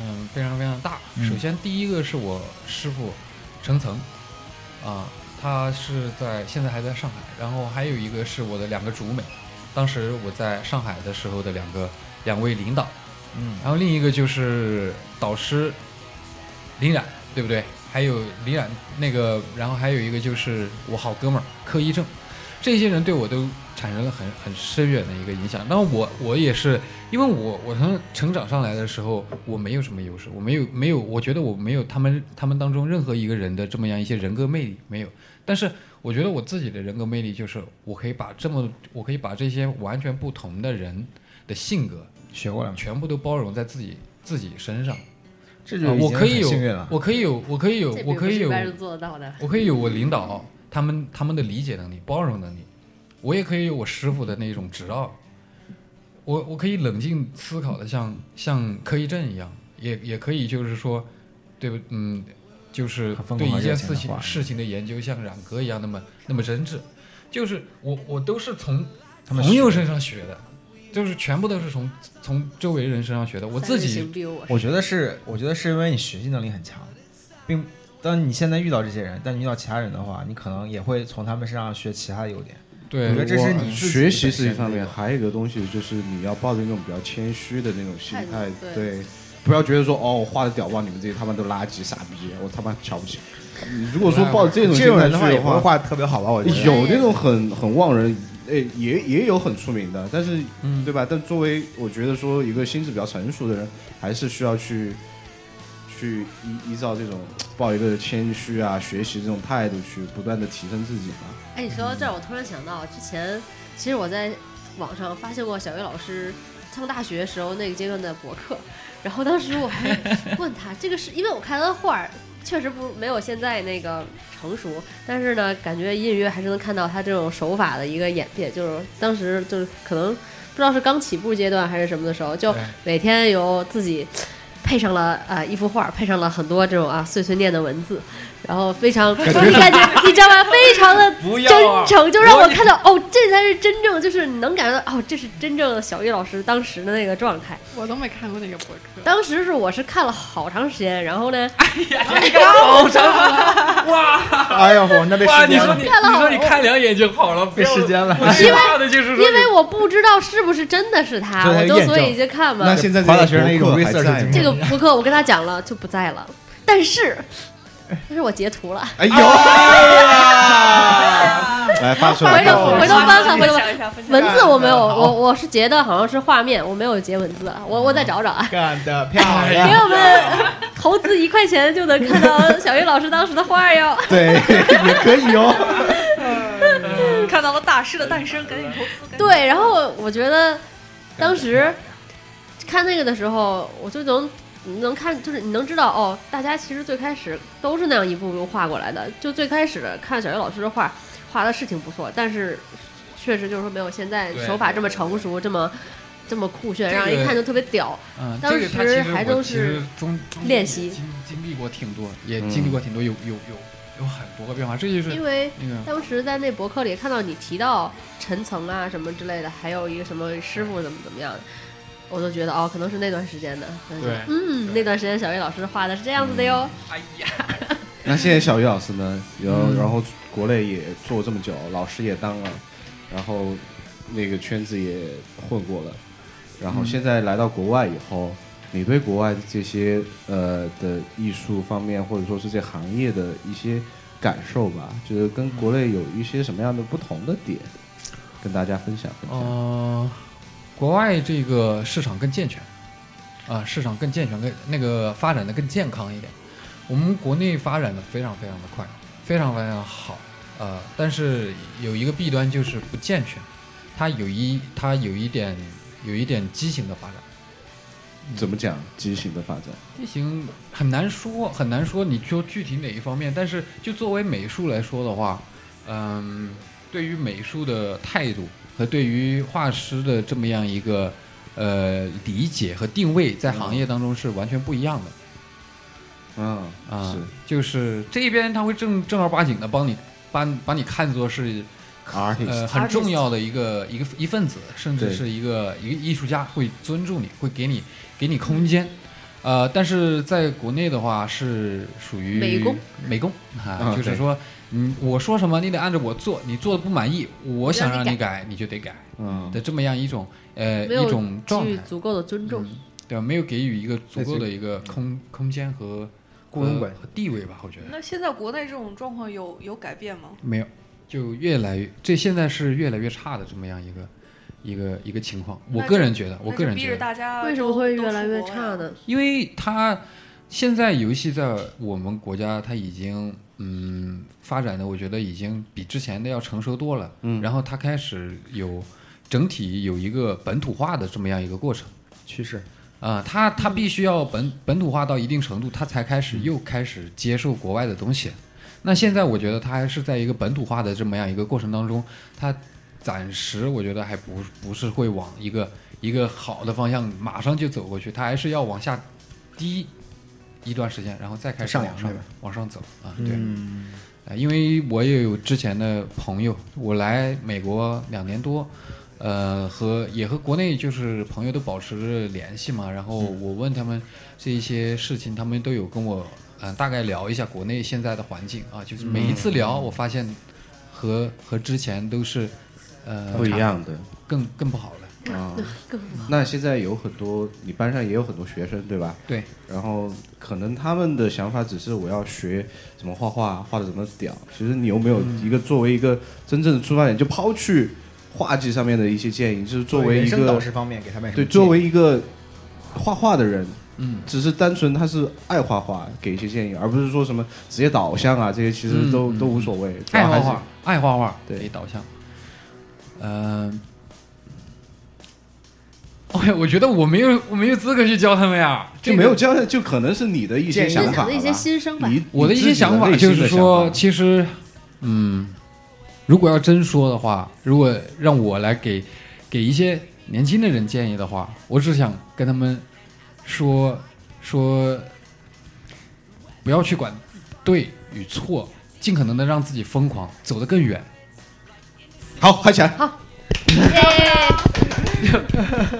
S5: 嗯、非常非常大。首先第一个是我师傅程层，啊、他是在现在还在上海，然后还有一个是我的两个主美，当时我在上海的时候的两个两位领导，
S2: 嗯，
S5: 然后另一个就是导师林冉，对不对？还有林冉那个，然后还有一个就是我好哥们儿柯一正，这些人对我都产生了很很深远的一个影响。然后我我也是，因为我我从成长上来的时候，我没有什么优势，我没有没有，我觉得我没有他们他们当中任何一个人的这么样一些人格魅力没有。但是我觉得我自己的人格魅力就是，我可以把这么我可以把这些完全不同的人的性格
S2: 学过来吗？
S5: 全部都包容在自己自己身上。
S2: 这
S5: 啊
S2: 就
S5: 我可
S2: 已
S5: 以
S2: 经很
S5: 有
S2: 幸运了，。
S5: 我可以有，我可以有，
S3: 这
S5: 我
S3: 并不
S5: 可
S3: 是
S5: 以
S3: 一
S5: 有，
S3: 般人做得到的。
S5: 我可以有我领导他们他们的理解能力、包容能力，我也可以有我师傅的那种执拗，我我可以冷静思考的像像柯一正一样，也也可以就是说，对不嗯，就是
S2: 很疯
S5: 对
S2: 狂
S5: 一件
S2: 热情
S5: 事
S2: 的
S5: 情
S2: 话
S5: 事情的研究像冉哥一样那么那么真挚，就是我我都是从
S2: 他们
S5: 朋友
S2: 学
S5: 身上学的，就是全部都是从从周围人身上学的，我自
S3: 三人
S5: 己
S3: 行必有我师
S2: 我觉得是，我觉得是因为你学习能力很强，并当你现在遇到这些人，但你遇到其他人的话，你可能也会从他们身上学其他的优点。
S5: 对
S2: 我觉得这是你自己
S6: 学习
S2: 本
S6: 是一
S2: 身
S6: 方
S2: 的
S6: 面，
S2: 个
S6: 还有一个东西就是你要抱着那种比较谦虚的那种心
S3: 态
S6: 态
S3: 度，对
S6: 对，不要觉得说哦，我画的屌爆，你们这些他妈都垃圾傻逼，我他妈瞧不起。你如果说抱着这种
S2: 啊这
S6: 心
S2: 种
S6: 态
S2: 人的话，
S6: 去
S2: 也
S6: 的
S2: 不会
S6: 话，
S2: 画的特别好吧？我觉得
S6: 有那种很很旺人，诶，也也有很出名的，但是、
S2: 嗯
S6: 对吧？但作为我觉得说一个心智比较成熟的人，还是需要去去依依照这种抱一个谦虚啊、学习这种态度去不断的提升自己嘛。
S3: 哎，你说到这儿，我突然想到，之前其实我在网上发现过小岳老师上大学时候那个阶段的博客，然后当时我 还问他，这个是因为我看他的画儿确实不没有现在那个成熟，但是呢，感觉隐隐约还是能看到他这种手法的一个演变，就是当时就是可能不知道是刚起步阶段还是什么的时候，就
S5: 对
S3: 每天由自己。配上了呃一幅画儿，配上了很多这种啊碎碎念的文字，然后非常你感觉你知道吗？非常的
S5: 不
S2: 啊
S3: 真诚，就让我看到哦，这才是真正，就是你能感觉到哦，这是真正的小玉老师当时的那个状态。
S4: 我都没看过那个博客。
S3: 当时是我是看了好长时间，然后呢，
S2: 哎呦，我那被
S5: 哇，
S2: 时
S5: 你
S2: 间
S5: 说
S2: 了
S5: 你，你说你看两眼就好了，不
S2: 被
S5: 要
S2: 时间 了。
S5: 我最怕的就是说
S3: 因为我不知道是不是真的是他，
S2: 所以他就
S3: 我就
S2: 验
S3: 所以
S2: 证
S3: 就看嘛
S2: 那。现在华大学生的一种
S6: 博客还
S2: research
S6: 在吗
S2: 经
S3: 这
S2: 验
S3: 个博客我跟他讲了就不在了，但是但是我截图了，
S6: 哎呦，来发出来，
S3: 回头回头翻看，回头翻
S7: 想一下，分享一
S3: 文
S7: 下。
S3: 字我没有，我我是截的好像是画面，我没有截文字了，我我再 找找啊。
S2: 干得漂
S3: 给
S2: 亮！
S3: 我们投资一块钱就能看到小玉老师当时的画哟。
S2: 对，也可以哦。
S7: 看到了大师的诞生，赶紧投资，赶 紧
S3: 对，然后我觉得当时看那个的时候，我就能你能看，就是你能知道哦，大家其实最开始都是那样一步步画过来的。就最开始看小学老师的画，画的是挺不错，但是确实就是说没有现在
S5: 对
S3: 手法这么成熟，这么这么酷炫，
S5: 这
S3: 让人
S5: 个
S3: 一看就特别屌。
S5: 嗯，
S3: 当
S5: 这个它其
S3: 时
S5: 实
S3: 还
S5: 我
S3: 都
S5: 其实
S3: 是
S5: 中中
S3: 练
S5: 也
S3: 习
S5: 经经历过挺多，也经历过挺多，有有有有很多个变化，这就是
S3: 因为
S5: 那个
S3: 当时在那博客里看到你提到陈层啊什么之类的，还有一个什么师傅怎么怎么样，我都觉得哦，可能是那段时间的。可能是
S5: 对
S3: 嗯，那段时间小岳老师画的是这样子的哟。
S5: 哎
S6: 那现在小鱼老师呢？然后、然后国内也做这么久，老师也当了，然后那个圈子也混过了，然后现在来到国外以后，你对国外这些呃的艺术方面，或者说是这行业的一些感受吧，就是跟国内有一些什么样的不同的点，跟大家分享分享。
S5: 呃，国外这个市场更健全，啊、市场更健全，更那个发展的更健康一点。我们国内发展的非常非常的快，非常非常地好，呃，但是有一个弊端就是不健全，它有一它有一点有一点畸形的发展。
S6: 怎么讲畸形的发展？
S5: 地形很难说，很难说你说具体哪一方面，但是就作为美术来说的话，嗯，对于美术的态度和对于画师的这么样一个呃理解和定位，在行业当中是完全不一样的。
S6: 嗯，
S5: 啊
S6: 是，
S5: 就是这边他会正正儿八经的帮你把把你看作是
S6: Artist
S5: 呃很重要的一个一个一份子，甚至
S6: 对
S5: 是一个一个艺术家，会尊重你，会给你给你空间。呃，但是在国内的话是属于
S3: 美工，
S5: 美工啊
S6: 啊，
S5: 就是
S6: 对
S5: 说，嗯，我说什么你得按照我做，你做的不满意，我想
S3: 让
S5: 让
S3: 你
S5: 你改，你就得改
S6: 嗯，
S5: 的这么样一种呃
S3: 没有
S5: 一种状
S3: 给予
S5: 态，
S3: 足够的嗯尊重，
S5: 对吧？没有给予一个足够的一个空空间和
S2: 雇佣
S5: 和
S2: 关系
S5: 和地位吧，我觉得。
S7: 那现在国内这种状况有有改变吗？
S5: 没有，就越来越这现在是越来越差的这么样一个一个一个情况。我
S7: 那
S5: 个
S7: 就
S5: 人觉得，我
S7: 那
S5: 个
S7: 就
S5: 人
S7: 逼
S5: 觉
S7: 着
S5: 得，
S7: 大家
S3: 为什
S7: 都
S3: 么会
S7: 呃都
S3: 越来
S7: 出
S3: 越
S7: 国
S3: 差
S7: 呀？
S3: 呢？
S5: 因为它现在游戏在我们国家它已经嗯发展的，我觉得已经比之前的要成熟多了。嗯，然后它开始有整体有一个本土化的这么样一个过程。
S2: 趋势
S5: 啊、它它必须要本本土化到一定程度，它才开始又开始接受国外的东西。那现在我觉得它还是在一个本土化的这么样一个过程当中，它暂时我觉得还不不是会往一个一个好的方向马上就走过去，它还是要往下低一段时间，然后再开始
S2: 上
S5: 往
S2: 扬
S5: 上
S2: 对吧嗯
S5: 往上走啊，对。呃，因为我也有之前的朋友，我来美国两年多，呃，和也和国内就是朋友都保持着联系嘛。然后
S6: 嗯
S5: 我问他们这一些事情，他们都有跟我呃大概聊一下国内现在的环境啊。就是每一次聊，我发现和和之前都是呃
S6: 不一，样的。
S5: 差更更不好了。
S6: 啊，
S3: 更不
S6: 那现在有很多，你班上也有很多学生，对吧？
S5: 对，
S6: 然后可能他们的想法只是我要学怎么画画，画的怎么屌。其实你有没有一个作为一个真正的出发点，就抛去画技上面的一些建议，就是作为
S2: 人
S6: 一
S2: 生导
S6: 个
S2: 师方面给他们
S6: 对作为一个画画的人，
S5: 嗯，
S6: 只是单纯他是爱画画，给一些建议，而不是说什么职业导向啊这些，其实都、
S5: 嗯嗯
S6: 都无所谓。主
S5: 爱
S6: 要还
S5: 画
S6: 是
S5: 画，爱画画，
S6: 对
S5: 给导向。嗯、哎呀，我觉得我没有，我没有资格去教他们呀，这
S6: 就
S5: 个
S6: 没有教育，就可能是你的一些
S2: 建议
S6: 想
S3: 分
S6: 法
S3: 享
S6: 吧。
S3: 的一些心声吧。
S6: 你
S5: 我的一些想法就是说，其实，嗯，如果要真说的话，如果让我来给给一些年轻的人建议的话，我只想跟他们说说，不要去管对与错，尽可能的让自己疯狂，走得更远。
S6: 好嗨起来。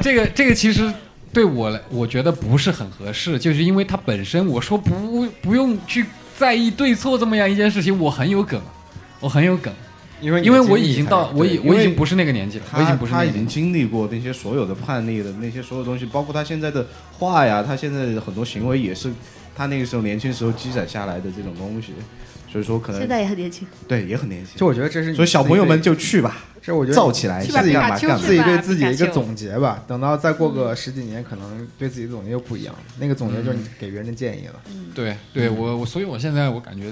S5: 这个这个其实对我来，我觉得不是很合适，就是因为它本身我说不不用去在意对错这么样一件事情，我很有梗，我很有梗，
S2: 因为
S5: 因为我已经到我已
S6: 对因为
S5: 我已经不是那个年纪了，我已经不是那
S6: 他
S5: 个
S6: 已
S5: 年
S6: 经
S5: 纪。
S6: 经历过那些所有的叛逆的那些所有东西，包括他现在的话呀，他现在的很多行为也是他那个时候年轻时候积攒下来的这种东西，所以说可
S3: 现
S6: 能
S3: 在也很年轻，
S6: 对也很年轻。
S2: 就我觉得这是你
S6: 所以小
S2: 自己
S6: 朋友
S2: 对
S6: 们就去吧，
S2: 这我觉得
S6: 造起来
S4: 去吧
S2: 自己
S4: 皮
S6: 干
S4: 卡
S6: 嘛
S4: 丘
S6: 干嘛
S4: 去。
S2: 自己
S4: 吧
S2: 对自己
S4: 皮卡
S2: 一个
S4: 丘
S2: 总结吧。等到再过个十几年，可能对自己的总结又不一样。那个总结就是你给别人的建议了。
S5: 对对，我我所以，我现在我感觉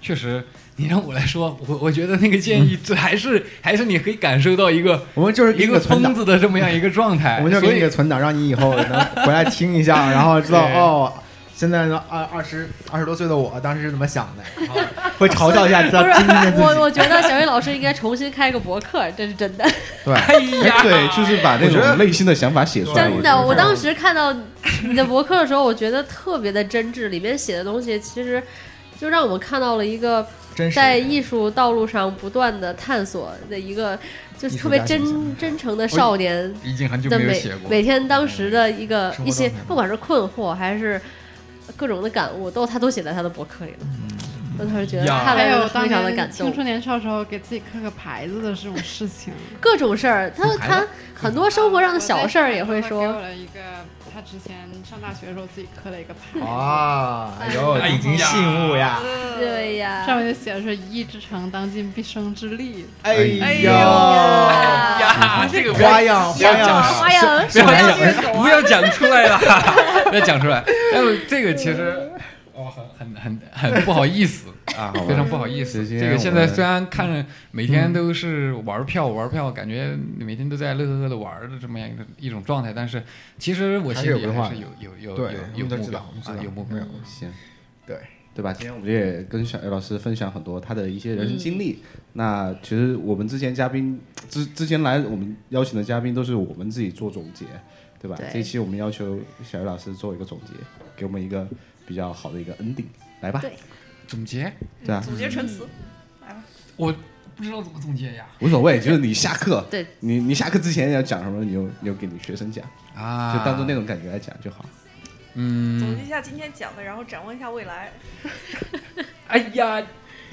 S5: 确实，你让我来说，我我觉得那个建议，这还是还是你可以感受到一个
S2: 我们就是给
S5: 一
S2: 你
S5: 个
S2: 存
S5: 疯
S2: 档，
S5: 子的这么样一个状态，
S2: 我们就
S5: 哎所
S2: 给你
S5: 以
S2: 个存档，让你以后能回来听一下，然后知道
S5: 对
S2: 哦。现在呢，二二十二十多岁的我当时是怎么想的？然后会嘲笑一下他今天的自己。
S3: 我我觉得小雨老师应该重新开个博客，这是真的，
S5: 哎呀，
S6: 对，就是把那
S2: 我觉得
S6: 种内心的想法写出来。
S3: 真的。我当时看到你的博客的时候，我觉得特别的真挚，里面写的东西其实就让我们看到了一个
S2: 真实
S3: 在艺术道路上不断的探索的一个，就是特别
S2: 艺术家
S3: 真真诚的少年
S5: 已经很久
S3: 的
S5: 没有
S3: 每
S5: 写过，
S3: 每天当时的一个
S2: 嗯生活
S3: 一些
S2: 状态，嘛
S3: 不管是困惑还是各种的感悟，都他都写在他的博客里了。
S2: 嗯
S3: 我当时觉得
S5: 呀
S3: 看
S4: 还
S3: 了
S4: 有
S3: 就
S4: 当
S3: 非常的
S4: 年
S3: 感
S4: 青
S3: 动，
S4: 春年少时候给自己刻个牌子的这种事情，
S3: 各种事儿，他他很多生活上的小事儿也会
S4: 我妈妈
S3: 说
S4: 给我。了一个，他之前上大学的时候自己刻了一个牌子，
S2: 啊，哎呦，
S5: 哎呀
S2: 已经信物
S5: 啊
S2: 呀！
S3: 对呀，
S4: 上面就写的是“一之诚，当尽毕生之力
S2: 哎
S6: 哎
S2: 呦，
S3: 哎呀
S5: 呀，啊这嗯个不要
S2: 花样啊花
S5: 要讲
S2: 样，
S3: 花样
S5: 不要讲，不要啊讲出来了， 不要讲出来。但是这个其实，哦，很很很很不好意思啊，非常不好意思。
S6: 直接
S5: 这个现
S6: 我嗯
S5: 在
S6: 们
S5: 虽然看着每天都是玩票玩票，感觉每天都在乐呵呵的玩的这么样一个一种状态，但是其实我心里还是有有有有
S2: 对
S5: 有
S2: 我们都
S5: 目
S2: 知
S5: 标
S2: 道我们知
S5: 啊
S2: 道，
S5: 有目标。
S6: 行，
S2: 对
S6: 对吧？今天我们也跟小 A 老师分享很多他的一些人生经历。
S3: 嗯
S6: 那其实我们之前嘉宾之之前来我们邀请的嘉宾都是我们自己做总结，对吧？
S3: 对
S6: 这一期我们要求小 A 老师做一个总结，给我们一个比较好的一个 ending，来吧
S3: 对。
S5: 总结，
S6: 对啊，
S7: 总结陈词，
S5: 我不知道怎么总结呀。
S6: 无所谓， 就是你下课，
S3: 对
S6: 你你下课之前要讲什么，你就你就给你学生讲，
S5: 啊，
S6: 就当做那种感觉来讲就 好。
S5: 嗯
S7: 总结，一下今天讲的，然后展望一下未来。
S5: 哎呀，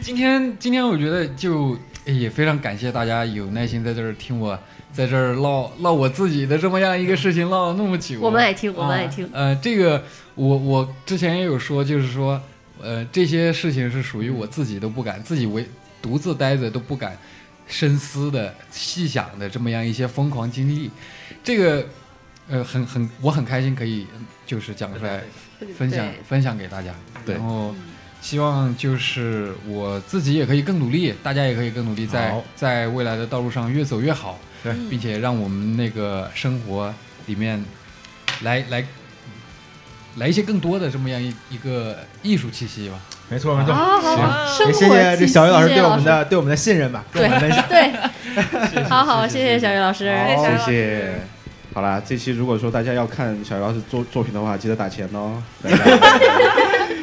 S5: 今天今天我觉得就哎也非常感谢大家有耐心在这儿听我在这儿唠唠我自己的这么样一个事情唠了那么久。
S3: 我们爱听，我们
S5: 啊
S3: 爱听。
S5: 呃，这个我我之前也有说，就是说，呃，这些事情是属于我自己都不敢自己为独自待着都不敢深思的、细想的这么样一些疯狂经历。这个呃，很很我很开心可以嗯就是讲出来分享
S3: 对
S5: 分享给大家。
S6: 对
S5: 然后希望就是我自己也可以更努力，大家也可以更努力在，在
S2: 好
S5: 未来的道路上越走越好，
S2: 对
S5: 并且让我们那个生活里面来来来一些更多的这么样一一个艺术气息吧。
S2: 没错没错。
S3: 好好好，
S2: 也谢谢这小雨老师对我们的对我们的信任吧，跟我们分享。
S3: 对，好好，谢谢小雨老师。
S7: 谢谢
S6: 谢谢。好啦，这期如果说大家要看小姚老师作作品的话，记得打钱哦。拜拜